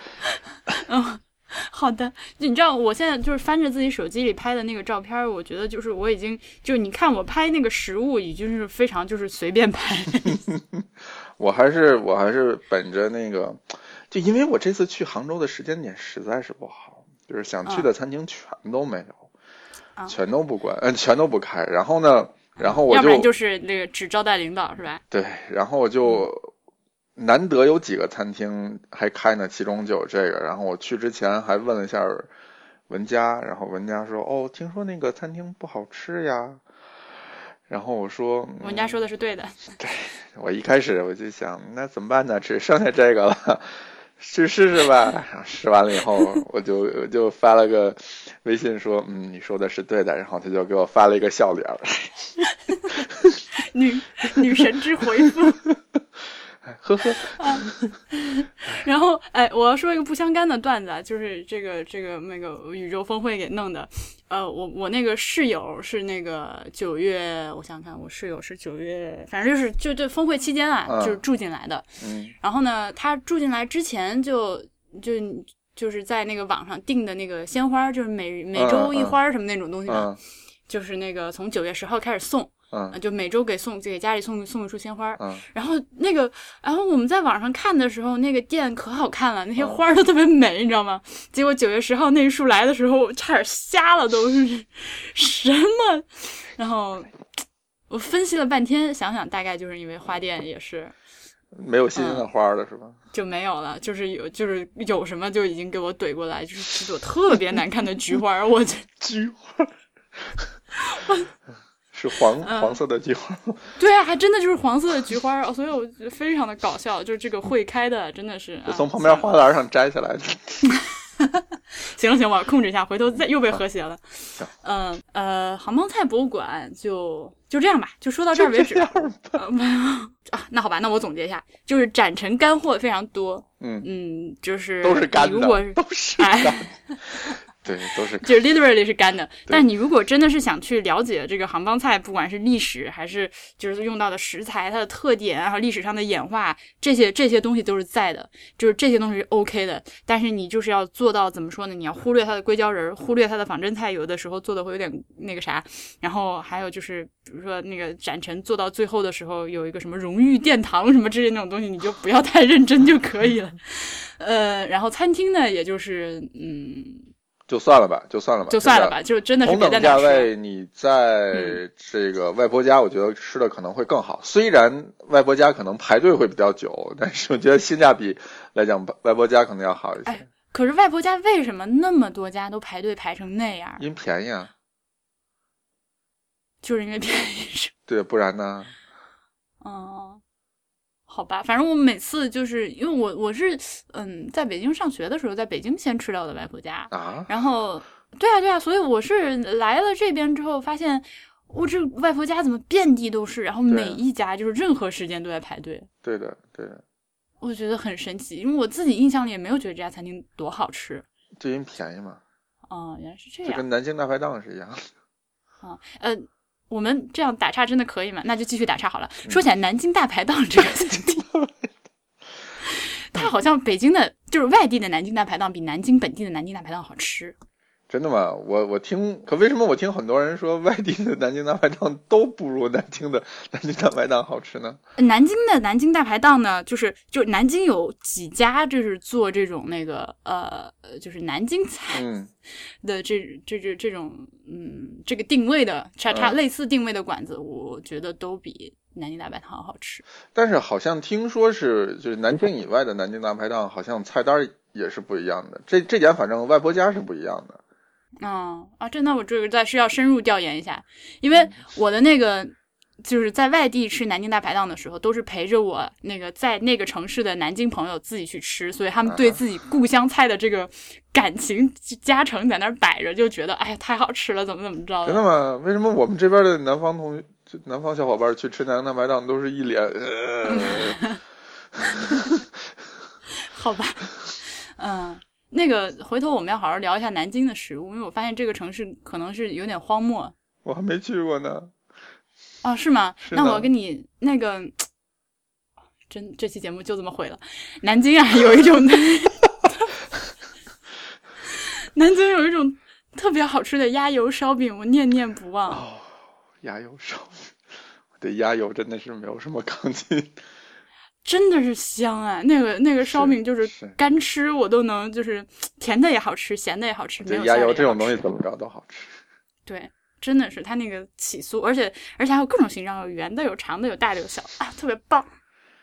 S1: 好的，你知道我现在就是翻着自己手机里拍的那个照片儿，我觉得就是我已经就是你看我拍那个食物已经是非常就是随便拍
S2: 我还是我还是本着那个，就因为我这次去杭州的时间点实在是不好，就是想去的餐厅全都没有，
S1: 嗯啊
S2: 全都不关，嗯、全都不开。然后呢，然后我
S1: 要不然就是那个只招待领导是吧？
S2: 对，然后我就
S1: 嗯
S2: 难得有几个餐厅还开呢，其中就有这个。然后我去之前还问了一下文佳，然后文佳说：“哦，听说那个餐厅不好吃呀。”然后我说：“
S1: 文家说的是对
S2: [LAUGHS]
S1: 的，
S2: 嗯，我一开始我就想，那怎么办呢？只剩下这个了。”试试试吧，然后试完了以后，我就我就发了个微信说，嗯，你说的是对的，然后他就给我发了一个笑脸儿， [LAUGHS]
S1: 女女神之回
S2: [LAUGHS]
S1: 复。
S2: 呵呵，
S1: 然后，哎，我要说一个不相干的段子，啊，就是这个这个那个宇宙峰会给弄的。呃，我我那个室友是那个九月，我想想看，我室友是九月，反正就是就这峰会期间啊，
S2: 嗯
S1: 就是住进来的。
S2: 嗯
S1: 然后呢，他住进来之前就就就是在那个网上订的那个鲜花，就是每每周一花什么那种东西嘛，
S2: 嗯
S1: 就是那个从九月十号开始送，呃
S2: 嗯
S1: 就每周给送给家里送送一束鲜花。
S2: 嗯，
S1: 然后那个，然后我们在网上看的时候，那个店可好看了，那些
S2: 嗯
S1: 花儿都特别美，你知道吗？结果九月十号那一束来的时候，我差点瞎了，都是什么？然后我分析了半天，想想大概就是因为花店也是
S2: 没有新鲜
S1: 嗯
S2: 的花儿了
S1: [LAUGHS]
S2: 是吧？
S1: 就没有了，就是有就是有什么就已经给我怼过来，就是一朵特别难看的菊花儿，我就
S2: 菊花，是黄
S1: 嗯
S2: 黄色的菊花。
S1: 对啊，还真的就是黄色的菊花儿，哦所以我觉得非常的搞笑，就是这个会开的真的是、啊
S2: 我从旁边花篮上摘下来的。
S1: 行了行了，我要控制一下，回头再又被和谐了
S2: 啊行。
S1: 嗯呃，杭帮菜博物馆就就这样吧，就说到这儿为止。
S2: [LAUGHS]
S1: 呃没有啊，那好吧，那我总结一下，就是展陈干货非常多，
S2: 嗯，
S1: 嗯，就是
S2: 都是干
S1: 你如果
S2: 的，
S1: 是
S2: 都是
S1: 哎
S2: 干的。对，都是
S1: 就是 literally 是干的，但是你如果真的是想去了解这个杭帮菜，不管是历史还是就是用到的食材、它的特点，啊还有历史上的演化，这些这些东西都是在的，就是这些东西是 OK 的。但是你就是要做到怎么说呢？你要忽略它的硅胶人儿，忽略它的仿真菜，有的时候做的会有点那个啥。然后还有就是，比如说那个展陈做到最后的时候，有一个什么荣誉殿堂什么之类那种东西，你就不要太认真就可以了。 [LAUGHS] 呃，然后餐厅呢，也就是嗯。
S2: 就算了吧，就算了吧，
S1: 就算了吧，。就真的是
S2: 同
S1: 别在
S2: 等
S1: 哪
S2: 价
S1: 儿吃了。
S2: 位，你在这个外婆家，我觉得吃的可能会更好。虽然外婆家可能排队会比较久，但是我觉得性价比来讲，外婆家可能要好一些
S1: 哎，可是外婆家为什么那么多家都排队排成那样？
S2: 因为便宜啊。
S1: 就是因为便宜是吧
S2: 对，不然呢？
S1: 嗯，好吧，反正我每次就是因为我我是嗯在北京上学的时候，在北京先吃到的外婆家，
S2: 啊，
S1: 然后对啊对啊，所以我是来了这边之后发现。我这外婆家怎么遍地都是？然后每
S2: 对啊
S1: 一家就是任何时间都在排队，
S2: 对的，对的，
S1: 我觉得很神奇，因为我自己印象里也没有觉得这家餐厅多好吃。
S2: 就因为便宜嘛，
S1: 啊、原来是这
S2: 就
S1: 样。
S2: 跟南京大排档是一样的。 [LAUGHS]
S1: 呃，我们这样打岔真的可以吗？那就继续打岔好了。说起来，南京大排档这个餐厅，它好像北京的，就是外地的南京大排档比南京本地的南京大排档好吃。
S2: 真的吗？我我听，可为什么我听很多人说外地的南京大排档都不如南京的南京大排档好吃呢？
S1: 南京的南京大排档呢，就是就是南京有几家就是做这种那个呃，就是南京菜
S2: 嗯，
S1: 的这这这这种嗯这个定位的差差
S2: 嗯
S1: 类似定位的馆子，我觉得都比南京大排档好吃。
S2: 但是好像听说是就是南京以外的南京大排档，好像菜单也是不一样的。这这点反正外婆家是不一样的。
S1: 嗯啊，这那我这个再是要深入调研一下，因为我的那个就是在外地吃南京大排档的时候，都是陪着我那个在那个城市的南京朋友自己去吃，所以他们对
S2: 啊
S1: 自己故乡菜的这个感情加成在那儿摆着，就觉得哎呀太好吃了，怎么怎么着
S2: 真的吗？为什么我们这边的南方同就南方小伙伴去吃南京大排档都是一脸呃，
S1: 好吧， [LAUGHS] 嗯，那个回头我们要好好聊一下南京的食物，因为我发现这个城市可能是有点荒漠
S2: 我还没去过呢。
S1: 哦，是吗？
S2: 是
S1: 那
S2: 的
S1: 我要跟你那个，真这期节目就这么毁了。南京啊，有一种， [LAUGHS] 南京有一种特别好吃的鸭油烧饼，我念念不忘。
S2: 哦，鸭油烧饼， [LAUGHS] 我对鸭油真的是没有什么抗拒。
S1: 真的是香啊！那个那个烧饼就是
S2: 是
S1: 干吃我都能，就是甜的也好吃，咸的也好吃，没
S2: 对
S1: 有
S2: 鸭
S1: 馅儿
S2: 油
S1: 的
S2: 这
S1: 也好
S2: 种东西
S1: 吃
S2: 怎么着都好吃。
S1: 对，真的是它那个起酥，而且而且还有各种形状，有圆的，有长的，有大的，有小的啊，特别棒。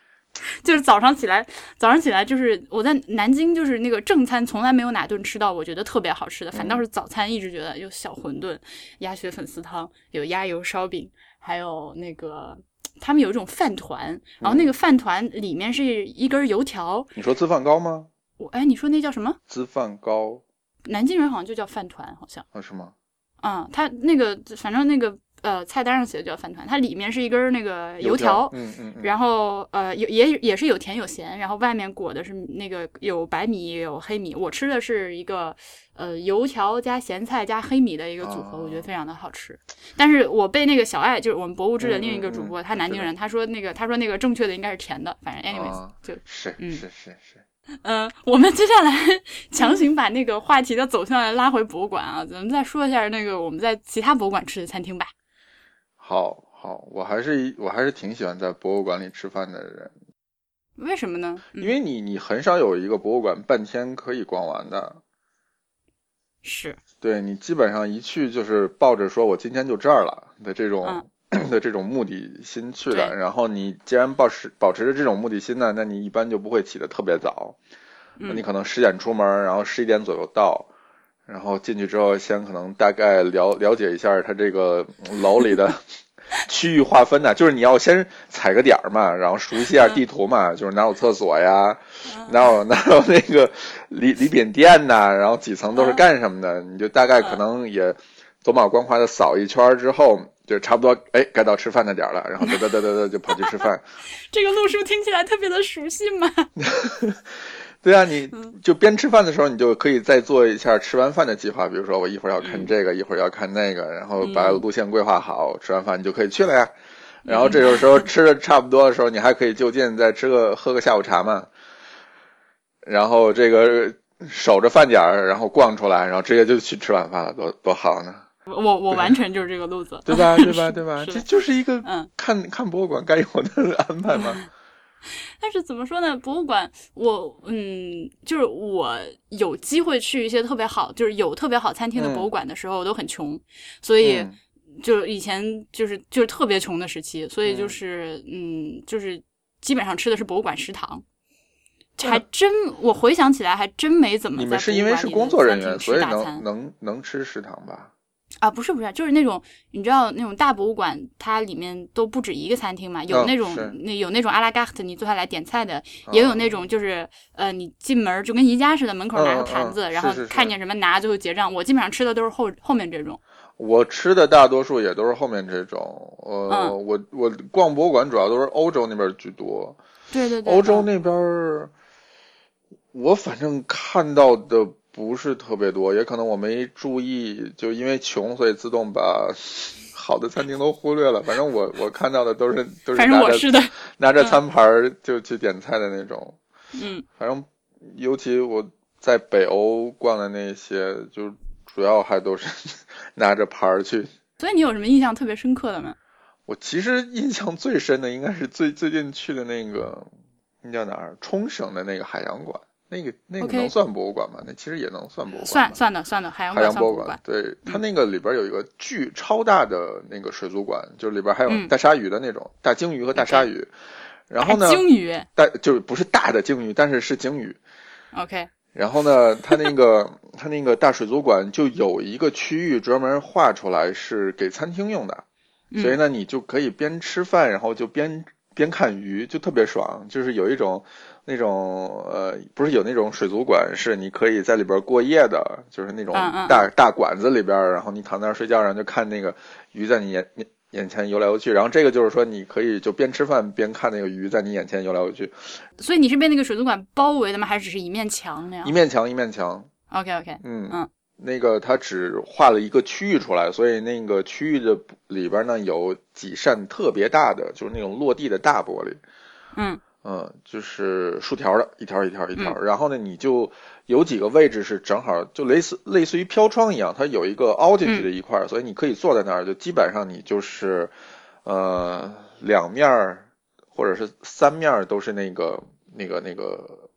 S1: [LAUGHS] 就是早上起来，早上起来就是我在南京，就是那个正餐从来没有哪顿吃到我觉得特别好吃的，反倒是早餐一直觉得有小馄饨、鸭血粉丝汤、有鸭油烧饼，还有那个他们有一种饭团，然后那个饭团里面是一根油条，
S2: 你说粢饭糕吗？
S1: 我哎你说那叫什么？
S2: 粢饭糕
S1: 南京人好像就叫饭团，好像。
S2: 啊，是吗？
S1: 啊，它那个反正那个呃菜单上写的叫饭团，它里面是一根儿那个油条，
S2: 嗯嗯嗯，
S1: 然后呃有也也是有甜有咸，然后外面裹的是那个有白米也有黑米，我吃的是一个呃油条加咸菜加黑米的一个组合，我觉得
S2: 哦
S1: 非常的好吃。但是我被那个小爱，就是我们博物志的
S2: 嗯
S1: 另一个
S2: 嗯
S1: 主
S2: 嗯
S1: 播，他
S2: 我
S1: 南
S2: 知
S1: 京
S2: 道
S1: 人，他说那个他说那个正确的应该是甜的，反正 anyways、
S2: 啊
S1: 就。
S2: 是
S1: 嗯
S2: 是是是，
S1: 呃，我们接下来 [LAUGHS] 强行把那个话题的走向拉回博物馆啊，咱们再说一下那个我们在其他博物馆吃的餐厅吧。
S2: 好好，我还是我还是挺喜欢在博物馆里吃饭的人，
S1: 为什么呢？嗯
S2: 因为你你很少有一个博物馆半天可以逛完的，
S1: 是
S2: 对你基本上一去就是抱着说我今天就这儿了的这种。的这种目的心去的，
S1: 嗯对
S2: 然后你既然保持保持着这种目的心呢，那你一般就不会起得特别早，那
S1: 嗯
S2: 你可能十点出门，然后十一点左右到，然后进去之后，先可能大概了了解一下它这个楼里
S1: [LAUGHS]
S2: 的区域划分呢、就是你要先踩个点儿嘛，然后熟悉一下地图嘛，就是哪有厕所呀，哪 [LAUGHS] 有哪有那个礼礼品店呐、然后几层都是干什么的，你就大概可能也走马观花的扫一圈儿之后。就差不多，哎，该到吃饭的点儿了，然后得得得得得就跑去吃饭，
S1: 这个路数听起来特别的熟悉嘛。
S2: 对啊，你
S1: 嗯
S2: 就边吃饭的时候，你就可以再做一下吃完饭的计划。比如说，我一会儿要看
S1: 嗯
S2: 这个，一会儿要看那个，然后把路线规划好。吃完饭你就可以去了呀。
S1: 嗯
S2: 然后这种时候吃的差不多的时候，你还可以就近再吃个喝个下午茶嘛。然后这个守着饭点儿，然后逛出来，然后直接就去吃晚饭了，多多好
S1: [LAUGHS]
S2: 呢，
S1: [LAUGHS] 我我完全就是这个路子。
S2: 对吧？对
S1: [LAUGHS]
S2: 吧？对吧？
S1: 是的
S2: 这就是一个
S1: 嗯
S2: 看看博物馆该有的安排嘛。
S1: 但是怎么说呢？博物馆，我嗯，就是我有机会去一些特别好，就是有特别好餐厅的
S2: 嗯
S1: 博物馆的时候，我都很穷，所以。
S2: 嗯
S1: 就是以前就是就是特别穷的时期，所以就
S2: 嗯
S1: 是嗯就是基本上吃的是博物馆食堂，还真我回想起来还真没怎么在
S2: 啊你
S1: 博物馆
S2: 们
S1: 里
S2: 是因为是工作人员，
S1: 的餐厅
S2: 所
S1: 吃
S2: 以
S1: 大餐
S2: 能能能吃食堂吧？
S1: 啊，不是不是，就是那种你知道那种大博物馆，它里面都不止一个餐厅嘛，有
S2: 哦
S1: 那种、
S2: 是哦
S1: 那有那种阿拉嘎特你坐下来点菜的，也有那种就是呃你进门就跟宜家似的，门口拿个
S2: 嗯嗯
S1: 盘
S2: 嗯
S1: 子，
S2: 是
S1: 然后
S2: 是是
S1: 看见什么拿最后结账。我基本上吃的都是后后面这种。
S2: 我吃的大多数也都是后面这种，呃，
S1: 嗯
S2: 我我逛博物馆主要都是欧洲那边居多，
S1: 对对对，
S2: 欧洲
S1: 嗯
S2: 那边儿，我反正看到的不是特别多，也可能我没注意，就因为穷，所以自动把 [LAUGHS] 好的餐厅都忽略了。反正我我看到
S1: [LAUGHS]
S2: 的都是都是
S1: 反正
S2: 拿
S1: 我
S2: 着
S1: 吃的，
S2: 拿着
S1: 嗯
S2: 餐盘儿就去点菜的那种。
S1: 嗯
S2: 反正尤其我在北欧逛的那些，就主要还都是 [LAUGHS] 拿着盘儿去
S1: 所以你有什么印象特别深刻的吗？
S2: 我其实印象最深的应该是最最近去的那个，那叫哪儿？冲绳的那个海洋馆，那个那个
S1: OK
S2: 能算博物馆吗？那其实也能算博物馆吧。
S1: 算算的算的，海洋
S2: 海
S1: 馆
S2: 洋
S1: 算博
S2: 博
S1: 物
S2: 馆
S1: 馆，。嗯
S2: 对，它那个里边有一个巨超大的那个水族馆，就是里边还有
S1: 嗯
S2: 大鲨鱼的那种、大鲸鱼和大鲨鱼。然后呢
S1: 哎，鲸鱼
S2: 大就是不是大的鲸鱼，但是是鲸鱼。
S1: ，OK，
S2: 然后呢，它那个 [LAUGHS] 它那个大水族馆就有一个区域专门划出来是给餐厅用的，
S1: 嗯
S2: 所以呢，你就可以边吃饭，然后就边边看鱼，就特别爽。就是有一种那种呃，不是有那种水族馆是你可以在里边过夜的，就是那种
S1: 嗯嗯嗯
S2: 大大馆子里边，然后你躺那儿睡觉，然后就看那个鱼在你眼眼眼前游来游去。然后这个就是说，你可以就边吃饭边看那个鱼在你眼前游来游去，
S1: 所以你是被那个水族馆包围的吗？还是只是一面墙那样
S2: 一面墙一面墙。
S1: ？OK OK，
S2: 嗯
S1: 嗯
S2: 那个它只画了一个区域出来，所以那个区域的里边呢有几扇特别大的，就是那种落地的大玻璃，
S1: 嗯
S2: 嗯，就是竖条的，一条一条一条。然后呢，你就有几个位置是正好就类似类似于飘窗一样，它有一个凹进
S1: 嗯
S2: 去的一块儿，所以你可以坐在那儿，就基本上你就是呃两面儿或者是三面儿都是那个那个那个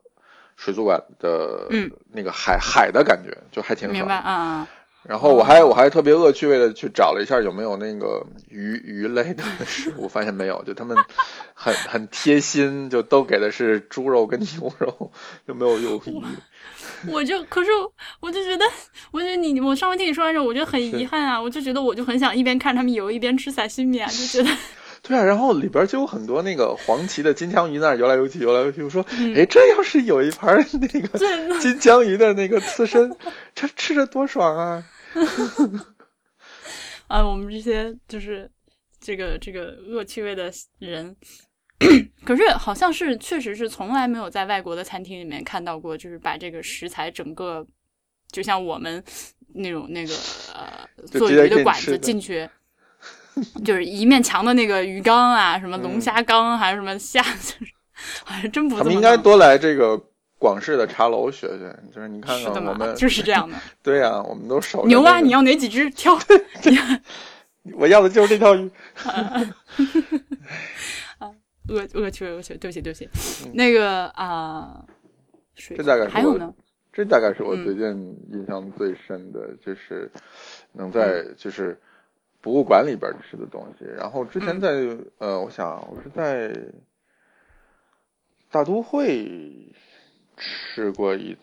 S2: 水族馆的、
S1: 嗯
S2: 那个海海的感觉，就还挺爽。
S1: 明白啊啊。
S2: 然后我还我还特别恶趣味的去找了一下有没有那个鱼鱼类的食物，发现没有，就 [LAUGHS] 他们很很贴心，就都给的是猪肉跟牛肉， [LAUGHS] 就没有有鱼。
S1: 嗯
S2: [LAUGHS]
S1: 我就可是我就觉得，我觉得你我上回听你说完之后，我就很遗憾啊，我就觉得我就很想一边看他们游一边吃撒西米啊，就觉
S2: [LAUGHS]
S1: 得
S2: 对啊，然后里边就有很多那个黄鳍的金枪鱼在那儿游来游去，游来游去。我说，
S1: 嗯
S2: 哎，这要是有一盘儿
S1: [LAUGHS]
S2: 那个
S1: 真的
S2: 金枪鱼的那个刺身，这吃着多
S1: [LAUGHS]
S2: 爽啊！
S1: 啊，我们这些就是这个这个恶趣味的人。 [COUGHS] 可是好像是确实是从来没有在外国的餐厅里面看到过，就是把这个食材整个，就像我们那种那个
S2: [LAUGHS]
S1: 呃
S2: 就
S1: 做
S2: 直接
S1: 鱼
S2: 给
S1: 的
S2: 你
S1: 馆
S2: 吃
S1: 子
S2: 的
S1: 进去。
S2: [LAUGHS]
S1: 就是一面墙的那个鱼缸啊，什么龙虾缸，还有什么虾，就是 [LAUGHS] 好像真不
S2: 嗯他
S1: 这么
S2: 们应该
S1: 弄
S2: 多来这个广式的茶楼学学，就是你看
S1: 是的
S2: 看啊我
S1: 嘛，
S2: 们，
S1: 就是这样的。
S2: 对呀、 [LAUGHS] 我们都守着
S1: 牛
S2: 那
S1: 蛙，
S2: 个
S1: 你要哪几只？挑。
S2: 我要的就是这条鱼。
S1: 恶恶趣味，恶趣味，对不起，对不起。那个啊，水
S2: 嗯这大概是
S1: 还有
S2: 我
S1: 呢？
S2: 这大概是我
S1: 嗯
S2: 最近印象最深的，就是能在就是博物馆里边吃的东西。然后之前在、呃，我想我是在大都会吃过一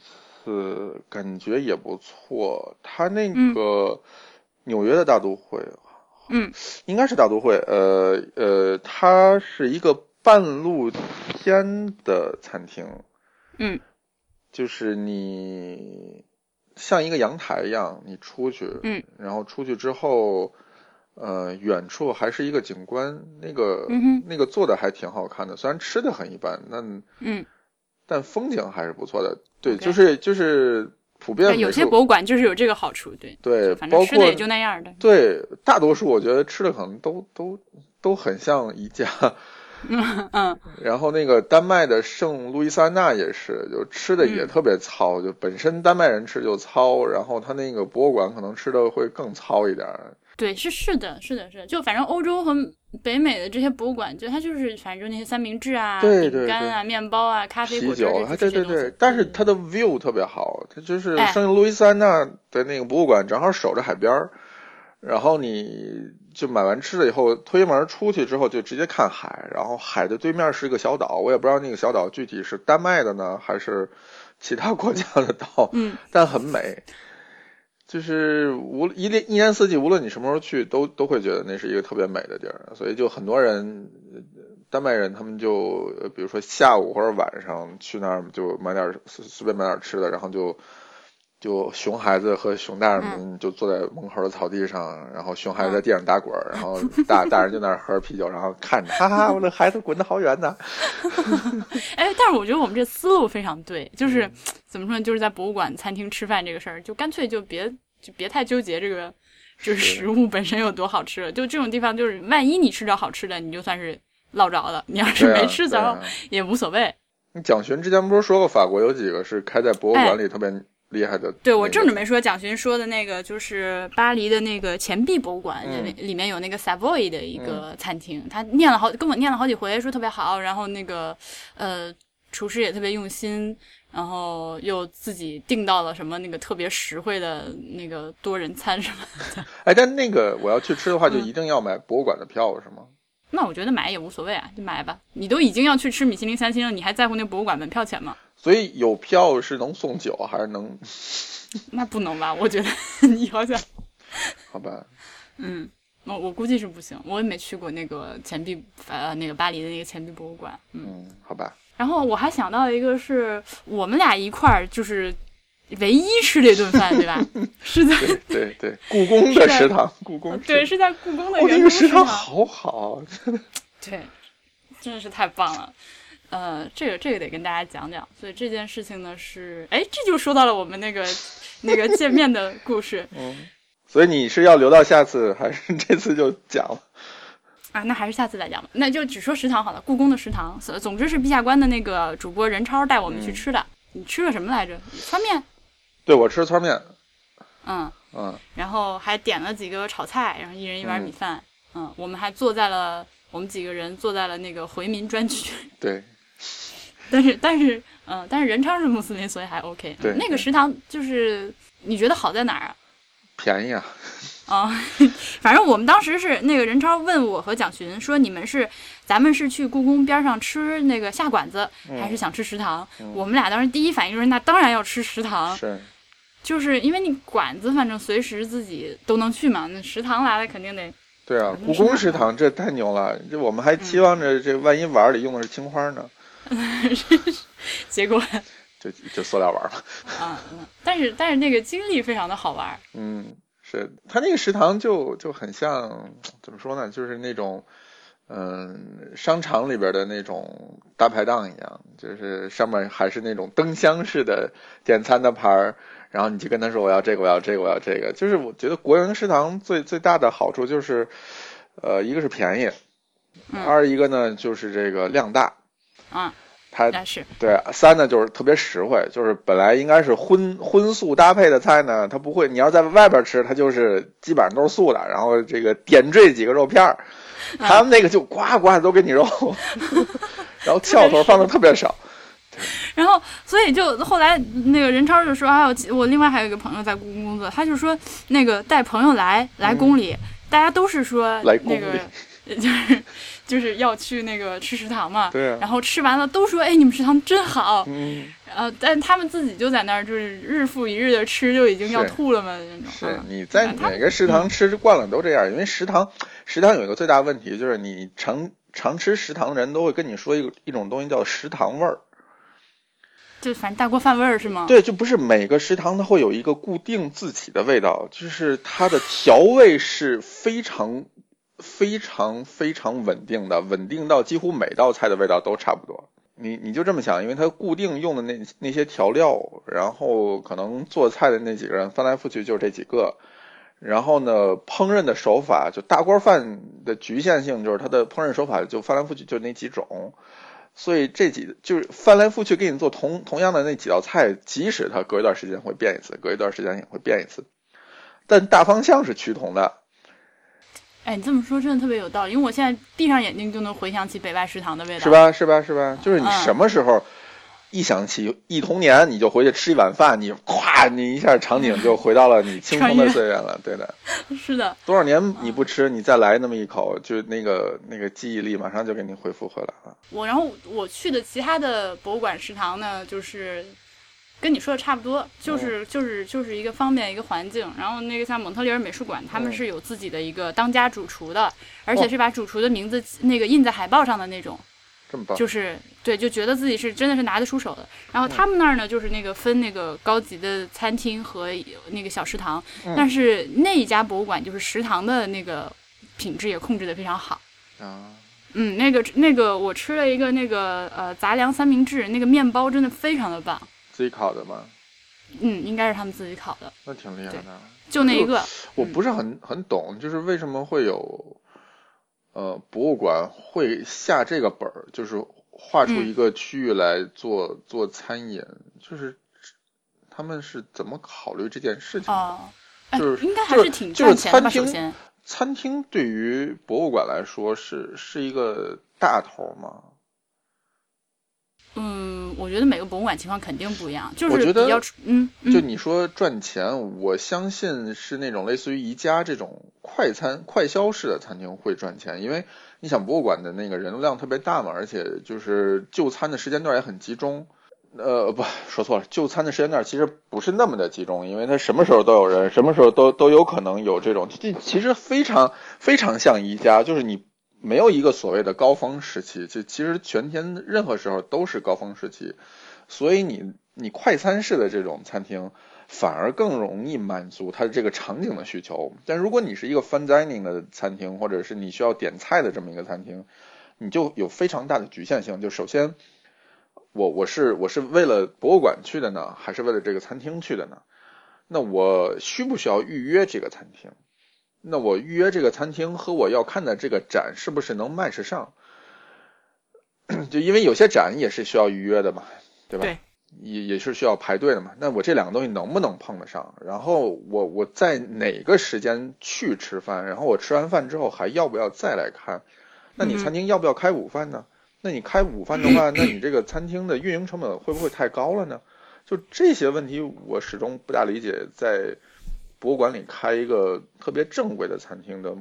S2: 次，感觉也不错。它那个纽约的大都会，
S1: 嗯，
S2: 应该是大都会。呃呃，它是一个半露天的餐厅。
S1: 嗯
S2: 就是你像一个阳台一样，你出去，
S1: 嗯，
S2: 然后出去之后，呃，远处还是一个景观，那个、
S1: 嗯哼
S2: 那个做的还挺好看的，虽然吃的很一般，但
S1: 嗯，
S2: 但风景还是不错的。对
S1: OK
S2: 就是就是普遍
S1: 但有
S2: 美
S1: 些
S2: 术
S1: 博物馆就是有这个好处，对，
S2: 对，
S1: 反
S2: 包
S1: 正吃的
S2: 括
S1: 也就那样儿的。
S2: 对大多数，我觉得吃的可能都都都很像宜家。
S1: 嗯嗯
S2: 然后那个丹麦的圣路易斯安那也是，就吃的也
S1: 嗯
S2: 特别糙，就本身丹麦人吃就糙，然后他那个博物馆可能吃的会更糙一点儿。
S1: 对，是是的，是的，是的，就反正欧洲和北美的这些博物馆，就它就是反正就那些三明治啊、
S2: 对
S1: 饼
S2: 对
S1: 干啊、面包啊、咖啡、
S2: 啤
S1: 果汁儿
S2: 酒，
S1: 这
S2: 啊
S1: 这
S2: 对
S1: 些
S2: 对
S1: 东西
S2: 对，但是
S1: 嗯
S2: 它的 view 特别好，它就是
S1: 哎
S2: 圣路易斯安那的那个博物馆正好守着海边儿，然后你就买完吃了以后，推门出去之后就直接看海，然后海的对面是一个小岛，我也不知道那个小岛具体是 [LAUGHS] 丹麦的呢还是其他国家的岛，
S1: 嗯，
S2: 但很美。就是无一年一年四季，无论你什么时候去，都都会觉得那是一个特别美的地儿。所以就很多人，丹麦人他们就呃比如说下午或者晚上去那儿就买点儿随随便买点儿吃的，然后就就熊孩子和熊大人们就坐在门口的草地上，然后熊孩子在地上打滚儿，然后大大人就在那儿喝着啤酒，然后看着，哈哈，我的孩子滚得好远呐。
S1: 哎，但是我觉得我们这思路非常对，
S2: 嗯
S1: 就是怎么说呢，就是在博物馆、餐厅吃饭这个事儿，就干脆就别就别太纠结这个，就是
S2: 是
S1: 食物本身有多好吃了。就这种地方，就是万一你吃着好吃的，你就算是落着了；你要是
S2: 对啊
S1: 没吃
S2: 对
S1: 着、
S2: 啊
S1: 也无所谓。
S2: 你蒋勋之前不是说过，法国有几个是开在博物馆里特别厉害的那个？
S1: 哎对我正准备说蒋勋说的那个，就是巴黎的那个钱币博物馆，
S2: 嗯
S1: 里面里面有那个 Savoy 的一个餐厅，他念了好跟我念了好几回，说特别好，然后那个呃厨师也特别用心，然后又自己订到了什么那个特别实惠的那个多人餐什么的，
S2: 哎，但那个我要去吃的
S1: 嗯
S2: 话，就一定要买博物馆的票是吗？
S1: 那我觉得买也无所谓啊，就买吧，你都已经要去吃米其林三星了，你还在乎那博物馆门票钱吗？
S2: 所以有票是能送酒，还是能？
S1: 那不能吧？我觉得 [LAUGHS] 你好像
S2: 好吧，
S1: 嗯，我我估计是不行，我也没去过那个钱币呃那个巴黎的那个钱币博物馆，嗯。
S2: 嗯，好吧，
S1: 然后我还想到一个是我们俩一块儿就是唯一吃这顿饭，对吧？是在
S2: 对 [LAUGHS] 对对，故宫的食堂，故宫
S1: 对
S2: 食
S1: 是在故宫的
S2: 堂，
S1: 圆
S2: 哦，那
S1: 通
S2: 个食
S1: 堂
S2: 堂，好好，啊
S1: 对，真的是太棒了。呃，这个这个得跟大家讲讲，所以这件事情呢是，哎，这就说到了我们那个那个见面的故事
S2: 嗯，所以你是要留到下次，还是 [LAUGHS] 这次就讲了？
S1: 啊，那还是下次再讲吧，那就只说食堂好了，故宫的食堂，所总之是陛下关的那个主播任超带我们去
S2: 嗯
S1: 吃的，你吃了什么来着？川面，
S2: 对我吃汆面，
S1: 嗯，
S2: 嗯，
S1: 然后还点了几个炒菜，然后一人一碗米饭。嗯我们还坐在了我们几个人坐在了那个回民专区， [LAUGHS]
S2: 对，
S1: 但是但是嗯、但是仁昌是穆斯林，所以还 OK 嗯。
S2: 对
S1: 那个食堂就是你觉得好在哪儿啊？
S2: 便宜啊，
S1: 啊、 [LAUGHS] 反正我们当时是那个任超问我和蒋寻说，你们是咱们是去故宫边上吃那个下馆子，还是想吃食堂？
S2: 嗯
S1: 我们俩当时第一反应就是，那当然要吃食堂。
S2: 是，
S1: 就是因为你馆子反正随时自己都能去嘛，那食堂来了肯定得
S2: 对啊，
S1: 嗯
S2: 故宫食堂这太牛了，这我们还期望着这万一碗儿里用的是青花呢，
S1: 结果
S2: 就就塑料碗了。
S1: 啊， [LAUGHS] 嗯，但是但是那个经历非常的好玩儿，
S2: 嗯，是他那个食堂就就很像怎么说呢，就是那种嗯商场里边的那种大排档一样，就是上面还是那种灯箱式的点餐的牌儿，然后你就跟他说我要这个，我要这个，我要这个。就是我觉得国营食堂最最大的好处就是，呃，一个是便宜，
S1: 嗯
S2: 二一个呢就是这个量大。
S1: 啊，
S2: 它
S1: 但是
S2: 对，三呢就是特别实惠，就是本来应该是荤荤素搭配的菜呢，它不会。你要在外边吃，它就是基本上都是素的，然后这个点缀几个肉片儿，他们那个就呱呱都给你肉，然后翘头放的特别少。
S1: 然后所以就后来那个任超就说，还有我另外还有一个朋友在故宫工作，他就说那个带朋友来来宫里，大家都是说
S2: 嗯来
S1: 那
S2: 宫
S1: 个
S2: 里
S1: 就是就是要去那个吃食堂嘛。
S2: 对啊，
S1: 然后吃完了都说：“哎，你们食堂真好。
S2: 嗯，
S1: 呃，但他们自己就在那儿，就是日复一日的吃，就已经要
S2: 是
S1: 吐了嘛那种。
S2: 是
S1: 啊
S2: 你在哪个食堂吃惯了都这样，因为食堂食堂有一个最大问题就是你常常吃食堂的人都会跟你说一个一种东西叫食堂味儿。
S1: 就反正大锅饭味儿是吗？
S2: 对，就不是每个食堂它会有一个固定自己的味道，就是它的调味是非常、非常、非常稳定的，稳定到几乎每道菜的味道都差不多。你你就这么想，因为它固定用的那那些调料，然后可能做菜的那几个人翻来覆去就这几个，然后呢，烹饪的手法就大锅饭的局限性就是它的烹饪手法就翻来覆去就那几种，所以这几就是翻来覆去给你做同同样的那几道菜，即使它隔一段时间会变一次，隔一段时间也会变一次，但大方向是趋同的。
S1: 哎，你这么说真的特别有道理，因为我现在闭上眼睛就能回想起北外食堂的味道，
S2: 是？吧？是吧？是吧？就是你
S1: 嗯
S2: 什么时候一想起忆童年，你就回去吃一碗饭，你咵，你一下场景就回到了你青葱的岁月了。对的，
S1: 是的，
S2: 多少年你不吃，你再来那么一口，就那个那个记忆力马上就给你恢复回来了。
S1: 我然后我去的其他的博物馆食堂呢，就是跟你说的差不多，
S2: 哦
S1: 就是就是就是一个方便一个环境。然后那个像蒙特利尔美术馆，
S2: 哦
S1: 他们是有自己的一个当家主厨的，而且是把主厨的名字那个印在海报上的那种，
S2: 这么棒，
S1: 就是对，就觉得自己是真的是拿得出手的。然后
S2: 嗯
S1: 他们那儿呢，就是那个分那个高级的餐厅和那个小食堂，
S2: 嗯
S1: 但是那一家博物馆就是食堂的那个品质也控制得非常好。
S2: 啊，
S1: 嗯，那个那个我吃了一个那个呃杂粮三明治，那个面包真的非常的棒。
S2: 自己烤的吗？
S1: 嗯，应该是他们自己烤的，
S2: 那挺厉害的。
S1: 就那一个。
S2: 我不是很很懂，就是为什么会有，呃，博物馆会下这个本儿，就是划出一个区域来做、做餐饮，就是他们是怎么考虑这件事情的？
S1: 哦，哎
S2: 就是
S1: 应该还
S2: 就是
S1: 挺
S2: 就是
S1: 赚钱的吧？
S2: 餐厅
S1: 首先，
S2: 餐厅对于博物馆来说是是一个大头吗？
S1: 嗯，我觉得每个博物馆情况肯定不一样，就
S2: 我
S1: 是
S2: 觉得
S1: 比较出嗯嗯
S2: 就你说赚钱，我相信是那种类似于宜家这种快餐、快消式的餐厅会赚钱，因为你想博物馆的那个人流量特别大嘛，而且就是就餐的时间段也很集中。呃，不说错了，就餐的时间段其实不是那么的集中，因为它什么时候都有人，什么时候都都有可能有这种，这其实非常非常像宜家，就是你没有一个所谓的高峰时期，就其实全天任何时候都是高峰时期，所以你你快餐式的这种餐厅反而更容易满足它的这个场景的需求。但如果你是一个 fine dining 的餐厅，或者是你需要点菜的这么一个餐厅，你就有非常大的局限性。就首先，我我是我是为了博物馆去的呢，还是为了这个餐厅去的呢？那我需不需要预约这个餐厅？那我预约这个餐厅和我要看的这个展是不是能 match 上？就因为有些展也是需要预约的嘛，对吧？
S1: 对
S2: 也也是需要排队的嘛。那我这两个东西能不能碰得上？然后我我在哪个时间去吃饭？然后我吃完饭之后还要不要再来看？那你餐厅要不要开午饭呢？那你开午饭的话，那你这个餐厅的运营成本会不会太高了呢？就这些问题，我始终不大理解，在博物馆里开一个特别正规的餐厅的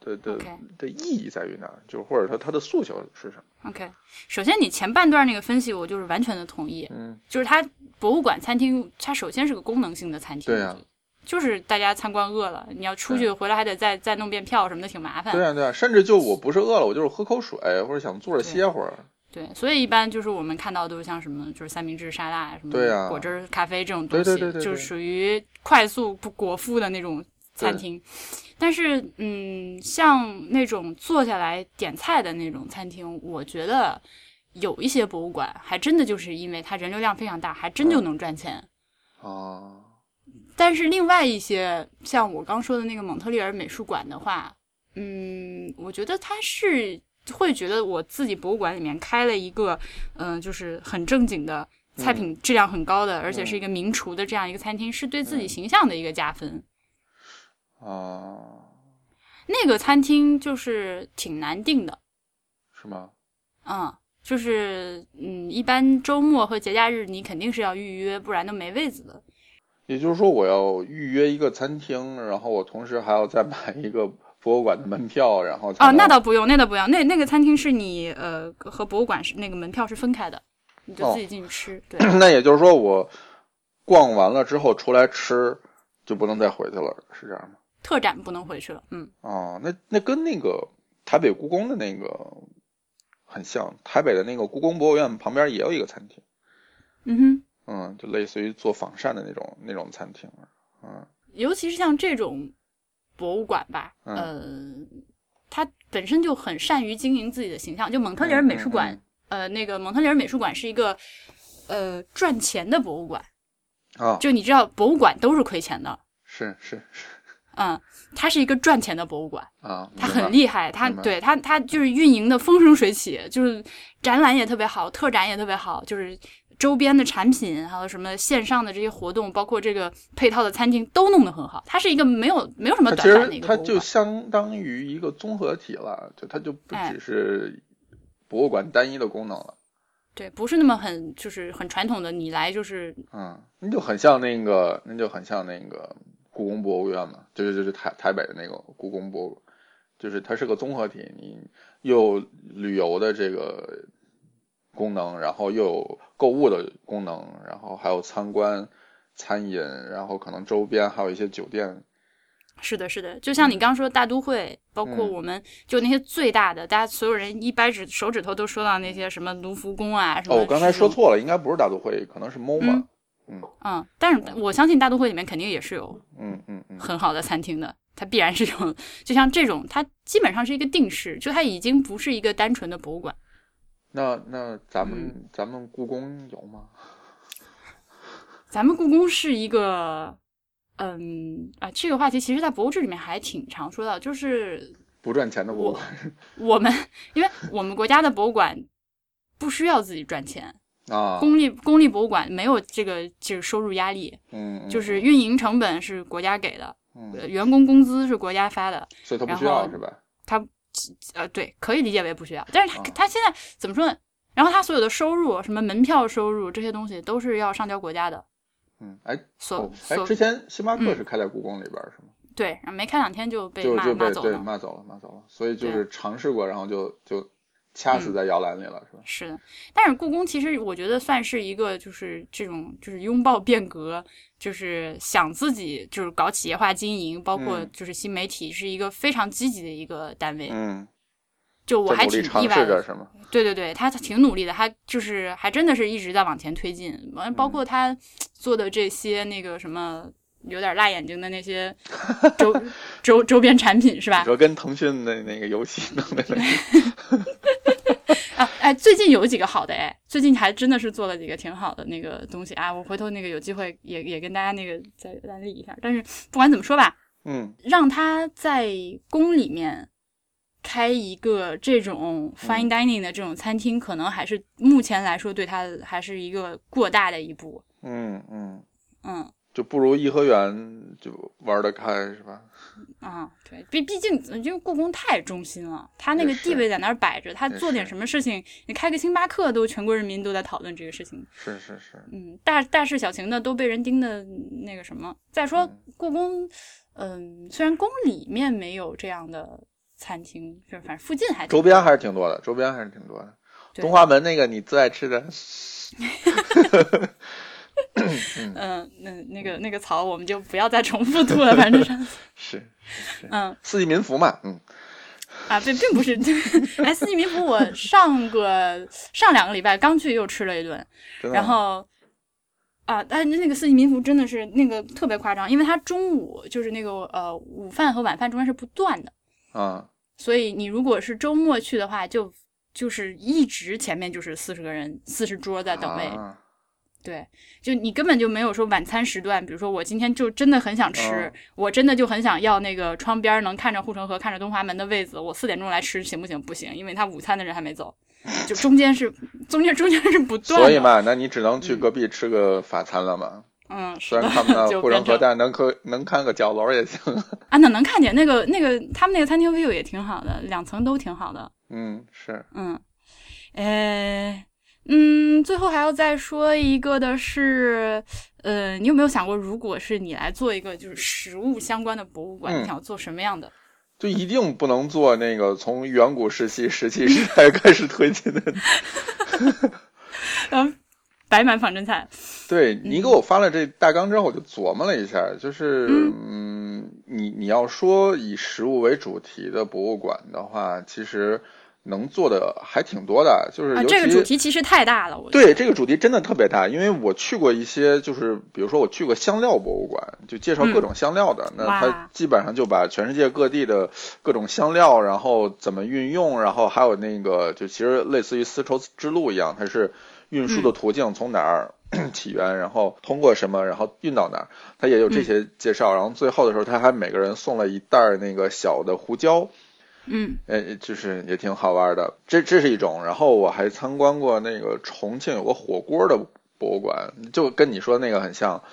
S2: 的的
S1: OK
S2: 的意义在于哪？就或者它它的诉求是什么？
S1: OK。首先，你前半段那个分析，我就是完全的同意，
S2: 嗯，
S1: 就是它博物馆餐厅，它首先是个功能性的餐厅，
S2: 对呀、
S1: 就是大家参观饿了，你要出去回来还得再再弄遍票什么的，挺麻烦。
S2: 对啊，对啊，甚至就我不是饿了，我就是喝口水，或者想坐着歇会儿。
S1: 对，所以一般就是我们看到的都是像什么，就是三明治、沙拉啊，什么
S2: 对啊
S1: 果汁儿、咖啡这种东西，
S2: 对对对对对
S1: 就是属于快速不果腹的那种餐厅。但是，嗯，像那种坐下来点菜的那种餐厅，我觉得有一些博物馆还真的就是因为它人流量非常大，还真就
S2: 嗯
S1: 能赚钱。
S2: 啊，
S1: 但是另外一些像我刚说的那个蒙特利尔美术馆的话，嗯，我觉得它是会觉得我自己博物馆里面开了一个，嗯、就是很正经的菜品质量很高的，而且是一个名厨的这样一个餐厅，是对自己形象的一个加分。
S2: 啊，
S1: 那个餐厅就是挺难定的，
S2: 是吗？
S1: 嗯，就是嗯，一般周末和节假日你肯定是要预约，不然都没位子的。
S2: 也就是说，我要预约一个餐厅，然后我同时还要再买一个博物馆的门票，然后才
S1: 哦，
S2: 能
S1: 那倒不用，那倒不用，那那个餐厅是你呃和博物馆是那个门票是分开的，你就
S2: 哦
S1: 自己进去吃。对，
S2: [CLEARS THROAT] [COUGHS] 那也就是说，我逛完了之后出来吃，就不能再回去了，是这样吗？
S1: 特展不能回去了。嗯，
S2: 哦，那那跟那个台北故宫的那个很像，台北的那个故宫博物院旁边也有一个餐厅，
S1: 嗯哼，
S2: 嗯，就类似于做仿膳的那种那种餐厅，嗯
S1: 尤其是像这种博物馆吧，
S2: 嗯
S1: 呃，它本身就很善于经营自己的形象。就蒙特利尔美术馆，
S2: 嗯
S1: 呃，那个蒙特利尔美术馆是一个呃赚钱的博物馆，
S2: 啊，
S1: 就你知道，博物馆都是亏钱的。
S2: 是是是
S1: 嗯，它是一个赚钱的博物馆。
S2: 啊，
S1: 他
S2: 明白
S1: 很厉害，他
S2: 明白
S1: 对他他就是运营的风生水起，就是展览也特别好，特展也特别好，就是周边的产品，还有什么线上的这些活动，包括这个配套的餐厅都弄得很好。它是一个没有没有什么
S2: 它其
S1: 短板的
S2: 实
S1: 一个
S2: 它
S1: 博物
S2: 就
S1: 馆
S2: 相当于一个综合体了，就它就不
S1: 哎
S2: 只是博物馆单一的功能了。
S1: 对，不是那么很就是很传统的，你来就是
S2: 嗯，那就很像那个，那就很像那个故宫博物院嘛，就是就是台台北的那个故宫博物，就是它是个综合体，你又有旅游的这个功能，然后又有购物的功能，然后还有参观、餐饮，然后可能周边还有一些酒
S1: 嗯
S2: 店。
S1: 是的，是的，就
S2: 嗯
S1: 像你刚说大都会，包括我们就那些最大的，大家所有人一掰指手指头都说到那些什么卢浮宫啊什么。
S2: 哦，我刚才说错了，应该不是大都会，可能是 MOMA。嗯
S1: 嗯，但是我相信大都会里面肯定也是有
S2: 嗯嗯嗯，
S1: 很好的餐厅的，它必然是有， [LAUGHS] 就像这种，它基本上是一个定式，就它已经不是一个单纯的博物馆。
S2: 那那咱们、
S1: 嗯
S2: 咱们故宫有吗？
S1: 咱们故宫是一个，嗯啊，这个话题其实在《博物志》里面还挺常说到，就是
S2: 不赚钱的博物馆
S1: 我们，因为我们国家的博物馆不需要自己赚钱，
S2: 啊，
S1: 公立公立博物馆没有这个这个收入压力，
S2: 嗯，嗯
S1: 就是运营成本是国家给的，
S2: 嗯，
S1: 呃员工工资是国家发的，
S2: 所以它不
S1: 然
S2: 需要
S1: 后
S2: 是吧？
S1: 呃，对，可以理解为不需要，但是他
S2: 啊
S1: 他现在怎么说呢？然后他所有的收入，什么门票收入这些东西，都是要上交国家的。
S2: 嗯，哎，
S1: 所
S2: 哦，哎，
S1: 所
S2: 之前星巴克
S1: 嗯
S2: 是开在故宫里边儿是吗？
S1: 对，然后没开两天就被
S2: 就
S1: 骂
S2: 就
S1: 骂
S2: 被
S1: 走
S2: 对
S1: 了。
S2: 骂走了，骂走了，所以就
S1: 对嗯
S2: 是尝试过，然后就就掐死在摇篮里了，是吧？
S1: 是的，但是故宫其实我觉得算是一个，就是这种就是拥抱变革，就是想自己就是搞企业化经营，包括
S2: 嗯
S1: 就是新媒体，是一个非常积极的一个单位。
S2: 嗯，
S1: 就我
S2: 在
S1: 还
S2: 努
S1: 挺
S2: 力尝
S1: 意外
S2: 试
S1: 的
S2: 着，是吗？
S1: 对对对，他挺努力的，他就是还真的是一直在往前推进，完包括他做的这些那个什么有点辣眼睛的那些周周周边产品是吧
S2: 你？说跟腾讯的那个游戏弄的，
S1: [LAUGHS] 啊，哎，最近有几个好的哎，最近还真的是做了几个挺好的那个东西啊，我回头那个有机会也也跟大家那个再安利一下。但是不管怎么说吧，
S2: 嗯
S1: 让他在宫里面开一个这种 fine dining 的这种餐厅，可能还是目前来说对他还是一个过大的一步。
S2: 嗯嗯，
S1: 嗯
S2: 就不如颐和园就玩得开，是吧？嗯
S1: 啊，对，毕毕竟因为故宫太中心了，他那个
S2: 也是
S1: 地位在那儿摆着，他
S2: 也
S1: 做点
S2: 是
S1: 什么事情，你开个星巴克都全国人民都在讨论这个事情。
S2: 是是是，
S1: 嗯，大大事小情的都被人盯的那个什么。再说故宫，嗯，虽然宫里面没有这样的餐厅，就是反正附近还挺
S2: 周边还是挺多的，周边还是挺多的。
S1: 对
S2: 东华门那个你最爱吃的， [LAUGHS]
S1: 嗯，那那个那个槽我们就不要再重复吐了，反正是，
S2: 是是是，
S1: 嗯
S2: 四季民福嘛，嗯
S1: 啊，并并不是。 [LAUGHS] 哎，四季民福，我上个上两个礼拜刚去又吃了一顿，
S2: 真的
S1: 然后啊，但是那个四季民福真的是那个特别夸张，因为它中午就是那个呃午饭和晚饭中间是不断的，
S2: 啊，
S1: 所以你如果是周末去的话，就就是一直前面就是四十个人，四十桌在等位，
S2: 啊
S1: 对，就你根本就没有说晚餐时段，比如说我今天就真的很想吃，
S2: 嗯
S1: 我真的就很想要那个窗边能看着护城河、看着东华门的位子，我四点钟来吃行不行？不行，因为他午餐的人还没走，就中间是中间中间是不断的。
S2: 所以，嘛，那你只能去隔壁吃个法餐了嘛。
S1: 嗯，
S2: 虽
S1: 是的，
S2: 然看不
S1: [LAUGHS]
S2: 到
S1: 就
S2: 护城
S1: 变成
S2: 河，但是能可能看个角楼也行。 [LAUGHS]
S1: 啊，那能看见那个那个他们那个餐厅 view 也挺好的，两层都挺好的。
S2: 嗯，是，
S1: 嗯，呃，嗯，最后还要再说一个的是，呃，你有没有想过，如果是你来做一个就是食物相关的博物馆，
S2: 嗯
S1: 你想要做什么样的？
S2: 就一定不能做那个从远古时期、石器时代开始
S1: [LAUGHS]
S2: 推进的。
S1: 嗯，摆满仿真菜，嗯
S2: 对你给我发了这大纲之后，我就琢磨了一下，就是嗯，你你要说以食物为主题的博物馆的话，其实能做的还挺多的，就是
S1: 啊，
S2: 尤其、
S1: 这个主题其实太大了，我觉得
S2: 对这个主题真的特别大，因为我去过一些，就是比如说我去过香料博物馆，就介绍各种香料的。那
S1: 嗯哇
S2: 它基本上就把全世界各地的各种香料，然后怎么运用，然后还有那个就其实类似于丝绸之路一样，它是运输
S1: 嗯
S2: 的途径从哪儿 [CLEARS THROAT] 起源，然后通过什么，然后运到哪儿，它也有
S1: 嗯
S2: 这些介绍。然后最后的时候，他还每个人送了一袋儿那个小的胡椒。
S1: 嗯，
S2: 呃，就是也挺好玩的，这这是一种。然后我还参观过那个重庆有个火锅的博物馆，就跟你说那个很像，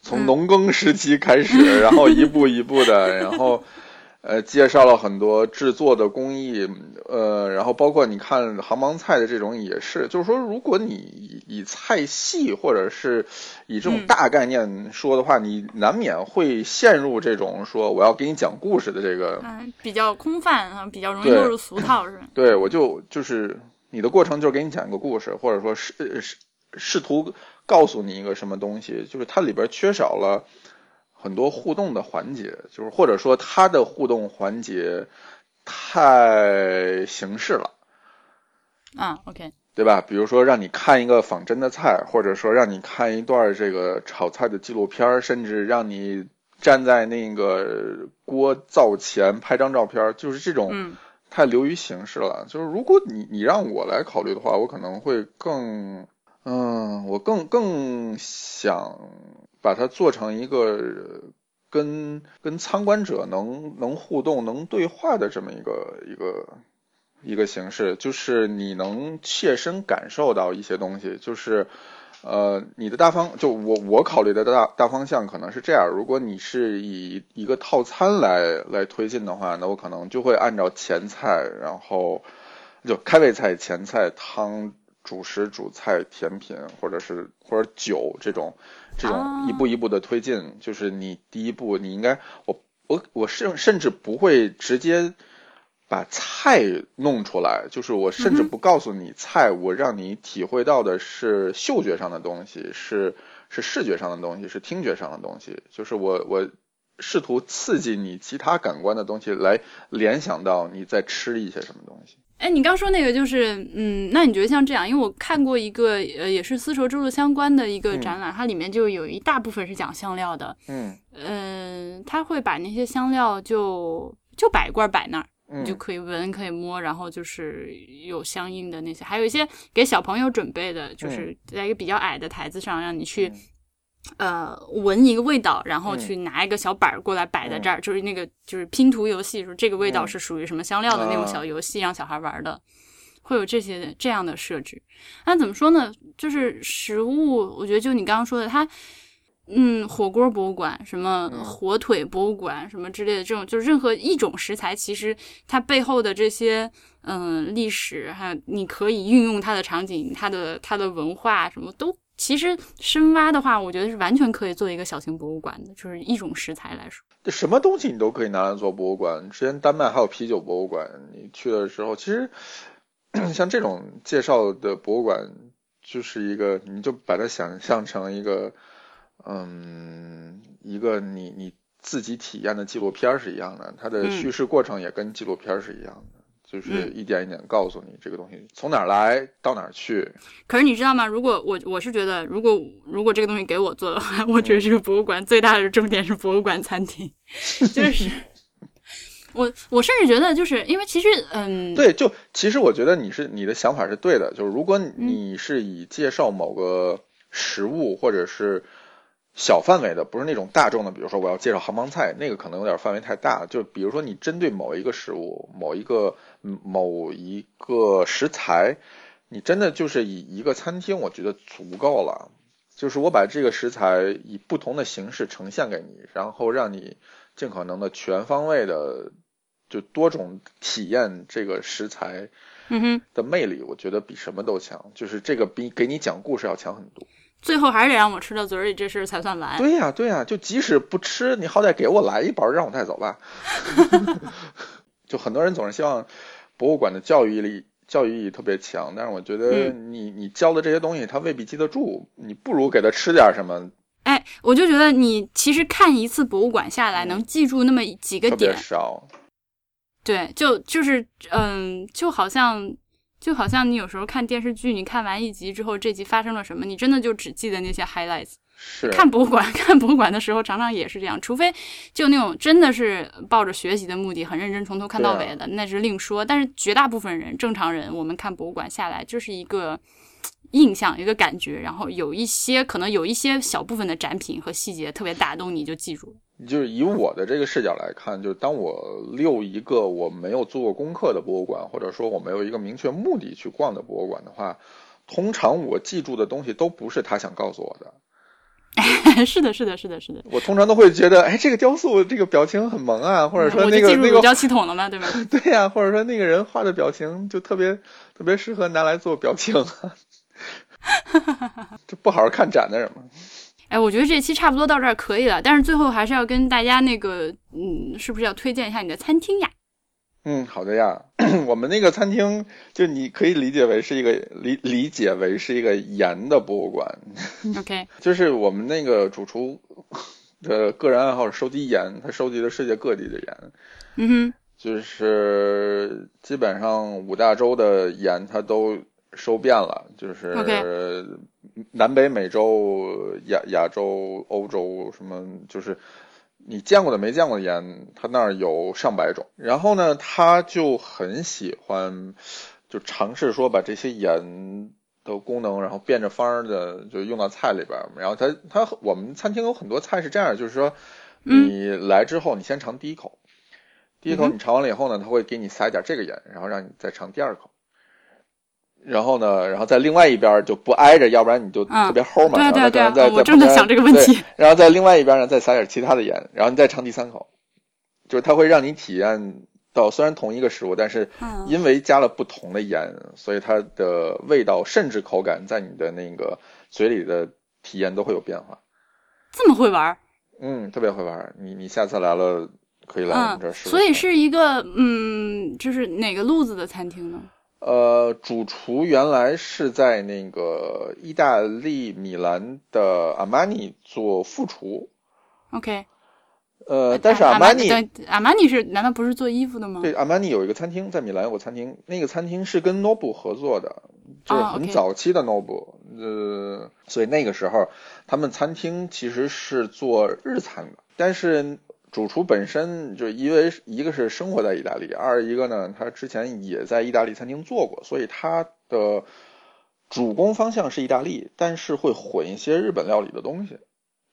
S2: 从农耕时期开始，然后一步一步的，然后呃介绍了很多制作的工艺，呃，然后包括你看杭帮菜的这种也是，就是说如果你以以菜系或者是以这种
S1: 嗯
S2: 大概念说的话，你难免会陷入这种说我要给你讲故事的这个。
S1: 嗯，比较空泛啊，比较容易
S2: 对
S1: 落入俗套，是吧？
S2: 对，我就就是你的过程就是给你讲一个故事，或者说试试试图告诉你一个什么东西，就是它里边缺少了很多互动的环节，就是或者说它的互动环节太形式了，
S1: 啊，OK，
S2: 对吧？比如说让你看一个仿真的菜，或者说让你看一段这个炒菜的纪录片儿，甚至让你站在那个锅灶前拍张照片儿，就是这种。
S1: 嗯
S2: 太流于形式了。就是如果你你让我来考虑的话，我可能会更，嗯，我更更想把它做成一个跟跟参观者能能互动、能对话的这么一个一个一个形式，就是你能切身感受到一些东西，就是。呃，你的大方就我我考虑的大大方向可能是这样：如果你是以一个套餐来来推进的话，那我可能就会按照前菜，然后就开胃菜、前菜、汤、主食、主菜、甜品或者是或者酒这种这
S1: 啊
S2: 种一步一步的推进。就是你第一步，你应该我我我甚甚至不会直接把菜弄出来，就是我甚
S1: 嗯
S2: 至不告诉你菜，我让你体会到的是嗅觉上的东西，是是视觉上的东西，是听觉上的东西，就是我我试图刺激你其他感官的东西来联想到你在吃一些什么东西。
S1: 哎，你刚说那个就是，嗯，那你觉得像这样？因为我看过一个，呃，也是丝绸之路相关的一个
S2: 嗯
S1: 展览，它里面就有一大部分是讲香料的，
S2: 嗯
S1: 嗯、他会把那些香料就就摆一罐儿摆那儿，你就
S2: 嗯
S1: 可以闻，可以摸，然后就是有相应的那些，还有一些给小朋友准备的，
S2: 嗯
S1: 就是在一个比较矮的台子上，让你去、呃闻一个味道，然后
S2: 嗯
S1: 去拿一个小板儿过来摆在这儿，就是那个就是拼图游戏，说这个味道
S2: 嗯
S1: 是属于什么香料的那种
S2: 啊
S1: 小游戏，让小孩玩的。会有这些这样的设置，那怎么说呢？就是食物，我觉得就你刚刚说的，它嗯，火锅博物馆、什么
S2: 嗯
S1: 火腿博物馆、什么之类的，这种就是任何一种食材，其实它背后的这些嗯、呃历史，还有你可以运用它的场景、它的它的文化，什么都其实深挖的话，我觉得是完全可以做一个小型博物馆的，就是一种食材来说。
S2: 这什么东西你都可以拿来做博物馆。之前丹麦还有啤酒博物馆，你去的时候，其实 [CLEARS THROAT] 像这种介绍的博物馆，就是一个你就把它想象成一个，嗯，一个你你自己体验的纪录片儿是一样的，它的
S1: 嗯
S2: 叙事过程也跟纪录片儿是一样的。就是一点一点告诉你这个东西从哪儿来到哪儿去，
S1: 可是你知道吗？如果我我是觉得，如果如果这个东西给我做的话， [LAUGHS]
S2: 嗯
S1: 我觉得这个博物馆最大的重点是博物馆餐
S2: [LAUGHS]
S1: 厅，就是我我甚至觉得，就是因为其实嗯，
S2: 对，就其实我觉得你是你的想法是对的，就是如果你是以介绍某个食物或者是小范围的，不是那种大众的，比如说我要介绍杭帮菜，那个可能有点范围太大。就比如说你针对某一个食物、某一个嗯某一个食材，你真的就是以一个餐厅，我觉得足够了。就是我把这个食材以不同的形式呈现给你，然后让你尽可能的全方位的，就多种体验这个食材
S1: 嗯哼。
S2: 的魅力，我觉得比什么都强。就是这个比给你讲故事要强很多。
S1: 最后还是得让我吃到嘴儿里，这事儿才算完。
S2: 对呀、对呀、就即使不吃，你好歹给我来一包，让我带走吧。 [LAUGHS] 就很多人总是希望博物馆的教育力、教育意义特别强，但是我觉得
S1: 嗯
S2: 你、你教的这些东西，他未必记得住，你不如给他吃点什么，
S1: 哎，我就觉得你其实看一次博物馆下来，
S2: 嗯
S1: 能记住那么几个
S2: 特别
S1: 点，
S2: 少。
S1: 对，就就是嗯，就好像就好像你有时候看电视剧，你看完一集之后，这集发生了什么，你真的就只记得那些 highlights。
S2: 是
S1: 看博物馆， [LAUGHS] 看博物馆的时候，常常也是这样，除非就那种真的是抱着学习的目的，很认真从头看到
S2: 对啊
S1: 尾的，那是另说。但是绝大部分人，正常人，我们看博物馆下来就是一个嘖印象，一个感觉，然后有一些可能有一些小部分的展品和细节特别打动你，就记住了。 [LAUGHS]
S2: 就是以我的这个视角来看，就是当我溜一个我没有做过功课的博物馆，或者说我没有一个明确目的去逛的博物馆的话，通常我记住的东西都不是他想告诉我的。
S1: 是的，是的，是的，是的。
S2: 我通常都会觉得，哎，这个雕塑这个表情很萌啊，或者说
S1: 我
S2: 那
S1: 就
S2: 个
S1: 进入
S2: 那
S1: 乳
S2: 个
S1: 胶系统了嘛，对吧？
S2: 对呀、或者说那个人画的表情就特别特别适合拿来做表情啊。 [LAUGHS] 这不好好看展的人嘛，
S1: 哎，我觉得这期差不多到这儿可以了，但是最后还是要跟大家那个，嗯，是不是要推荐一下你的餐厅呀？
S2: 嗯，好的呀。 [CLEARS THROAT] 我们那个餐厅，就你可以理解为是一个理理解为是一个盐的博物馆，
S1: OK，
S2: 就是我们那个主厨的个人爱好是收集盐，他收集了世界各地的盐，
S1: 嗯
S2: 就是基本上五大洲的盐它都收遍了，就是
S1: OK
S2: 南北美洲、亚亚洲、欧洲什么，就是你见过的没见过的盐，它那儿有上百种。然后呢，他就很喜欢就尝试说把这些盐。的功能，然后变着法儿的就用到菜里边儿。然后他他我们餐厅有很多菜是这样，就是说
S1: 嗯
S2: 你来之后，你先尝第一口，第一口
S1: 嗯
S2: 你尝完了以后呢，他会给你撒一点这个盐，然后让你再尝第二口。然后呢，然后在另外一边儿就不挨着，要不然你就
S1: 嗯
S2: 特别齁嘛。
S1: 对啊
S2: 然后
S1: 对啊
S2: 再
S1: 对啊
S2: 再
S1: 我正在想这个问。
S2: 再
S1: 题
S2: [LAUGHS] 对然后在另外一边呢，再撒点其他的盐，然后你再尝第三口，就是它会让你体验到，虽然同一个食物，但是
S1: 嗯
S2: 因为加了不同的盐，所以它的味道甚至口感在你的那个嘴里的体验都会有变化。
S1: 这么会玩儿，
S2: 嗯，特别会玩儿。你你下次来了可以来我
S1: 嗯
S2: 们这儿，试试看。
S1: 所以是一个嗯，就是哪个路子的餐厅呢？
S2: 呃，主厨原来是在那个意大利米兰的阿玛尼做副厨，
S1: OK，
S2: 呃，但是
S1: 阿
S2: 阿
S1: 玛
S2: 玛尼
S1: 对阿玛尼是难道不是做衣服的吗？
S2: 对，阿玛尼有一个餐厅，在米兰有个餐厅，那个餐厅是跟 Nobu 合作的，就是
S1: 啊
S2: 很
S1: ，OK
S2: 早期的 Nobu，、呃，所以那个时候他们餐厅其实是做日餐的，但是主厨本身就因为一个是生活在意大利，二一个呢他之前也在意大利餐厅做过，所以他的主攻方向是意大利，但是会混一些日本料理的东西，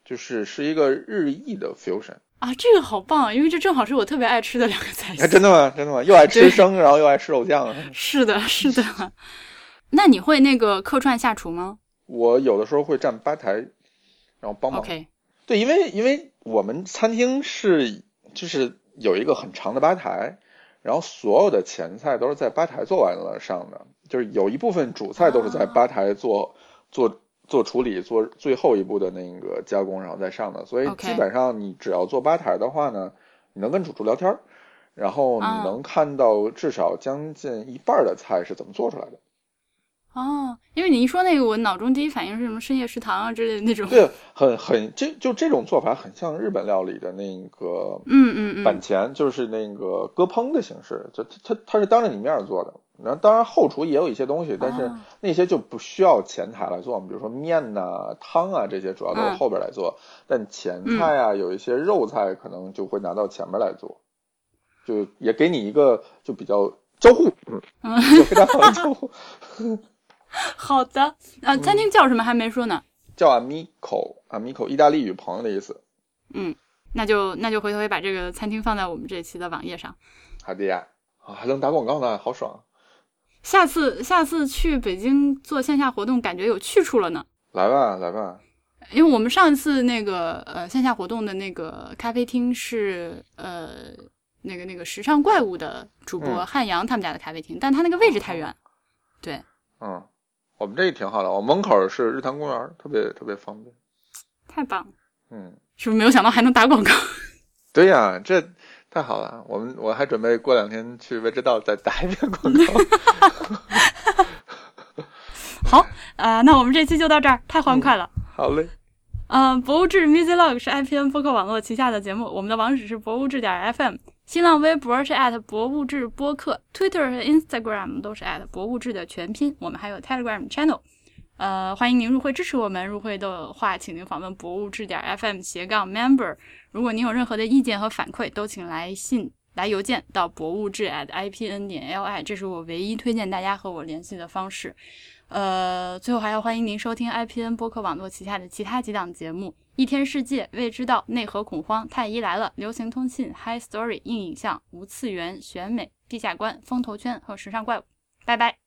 S2: 就是是一个日意的 fusion。
S1: 啊，这个好棒，因为这正好是我特别爱吃的两个菜系
S2: [LAUGHS] 哎，。真的吗？真的吗？又爱吃
S1: 对
S2: 生，然后又爱吃肉酱。
S1: 是的，是的。那你会那个客串下厨吗
S2: 我有的时候会站吧台，然后帮忙。
S1: ？OK，
S2: 对，因为因为我们餐厅是就是有一个很长的吧台，然后所有的前菜都是在吧台做完了上的，就是有一部分主菜都是在吧台做、做做处理，做最后一步的那个加工，然后再上的。所以
S1: OK
S2: 基本上你只要做吧台的话呢，你能跟主厨聊天儿，然后
S1: 啊
S2: 你能看到至少将近一半儿的菜是怎么做出来的。
S1: 哦，因为你一说那个，我脑中第一反应是什么深夜食堂啊之类的那种。
S2: 对，很很这就这种做法很像日本料理的那个
S1: 嗯嗯
S2: 板
S1: 嗯，
S2: 前，就是那个割烹的形式，就它它它是当着你面儿做的。然后当然后厨也有一些东西，但是
S1: 啊
S2: 那些就不需要前台来做，比如说面呐、汤啊这些主要都是
S1: 嗯
S2: 后边儿来做，但前菜啊有一些肉菜可能就会拿到前面儿来做，就也给你一个就比较交互，嗯，就非常好的交互，
S1: 好的。啊，餐
S2: 嗯
S1: 厅叫什么还没说呢，
S2: [LAUGHS] 叫 amico，amico 意大利语朋友的意思。
S1: 那就那就回头也把这个餐厅放在我们这期的网页上。
S2: 好的呀，啊，还能打广告呢，好爽！
S1: 下次下次去北京做线下活动，感觉有去处了呢。
S2: 来吧，来吧，
S1: 因为我们上一次那个呃线下活动的那个咖啡厅是呃那个那个时尚怪物的主播
S2: 嗯
S1: 汉阳他们家的咖啡厅，但他那个位置太远。对，
S2: 嗯，我们这里挺好的，我门口是日坛公园，特别特别方便。
S1: 太棒了，
S2: 嗯，
S1: 是不是没有想到还能打广告？ [LAUGHS]
S2: 对呀，这太好了，我们我还准备过两天去未知道再打一遍广告。
S1: 好啊、那我们这期就到这儿，太欢快了。
S2: 好嘞，
S1: 嗯、博物志 Music Log 是 IPN 播客网络旗下的节目，我们的网址是博物志点 FM，新浪微博是博物志播客，Twitter 和 Instagram 都是博物志的全拼，我们还有 Telegram channel。呃，欢迎您入会支持我们。入会的话，请您访问博物志点 FM 斜杠 member。如果您有任何的意见和反馈，都请来信来邮件到博物志 at ipn 点 li，这是我唯一推荐大家和我联系的方式。呃，最后还要欢迎您收听 IPN 播客网络旗下的其他几档节目：《一天世界》《未知道》《内核恐慌》《太医来了》《流行通信》《High Story》《硬影像》《无次元》《选美》《地下观》《风投圈》和《时尚怪物》。拜拜。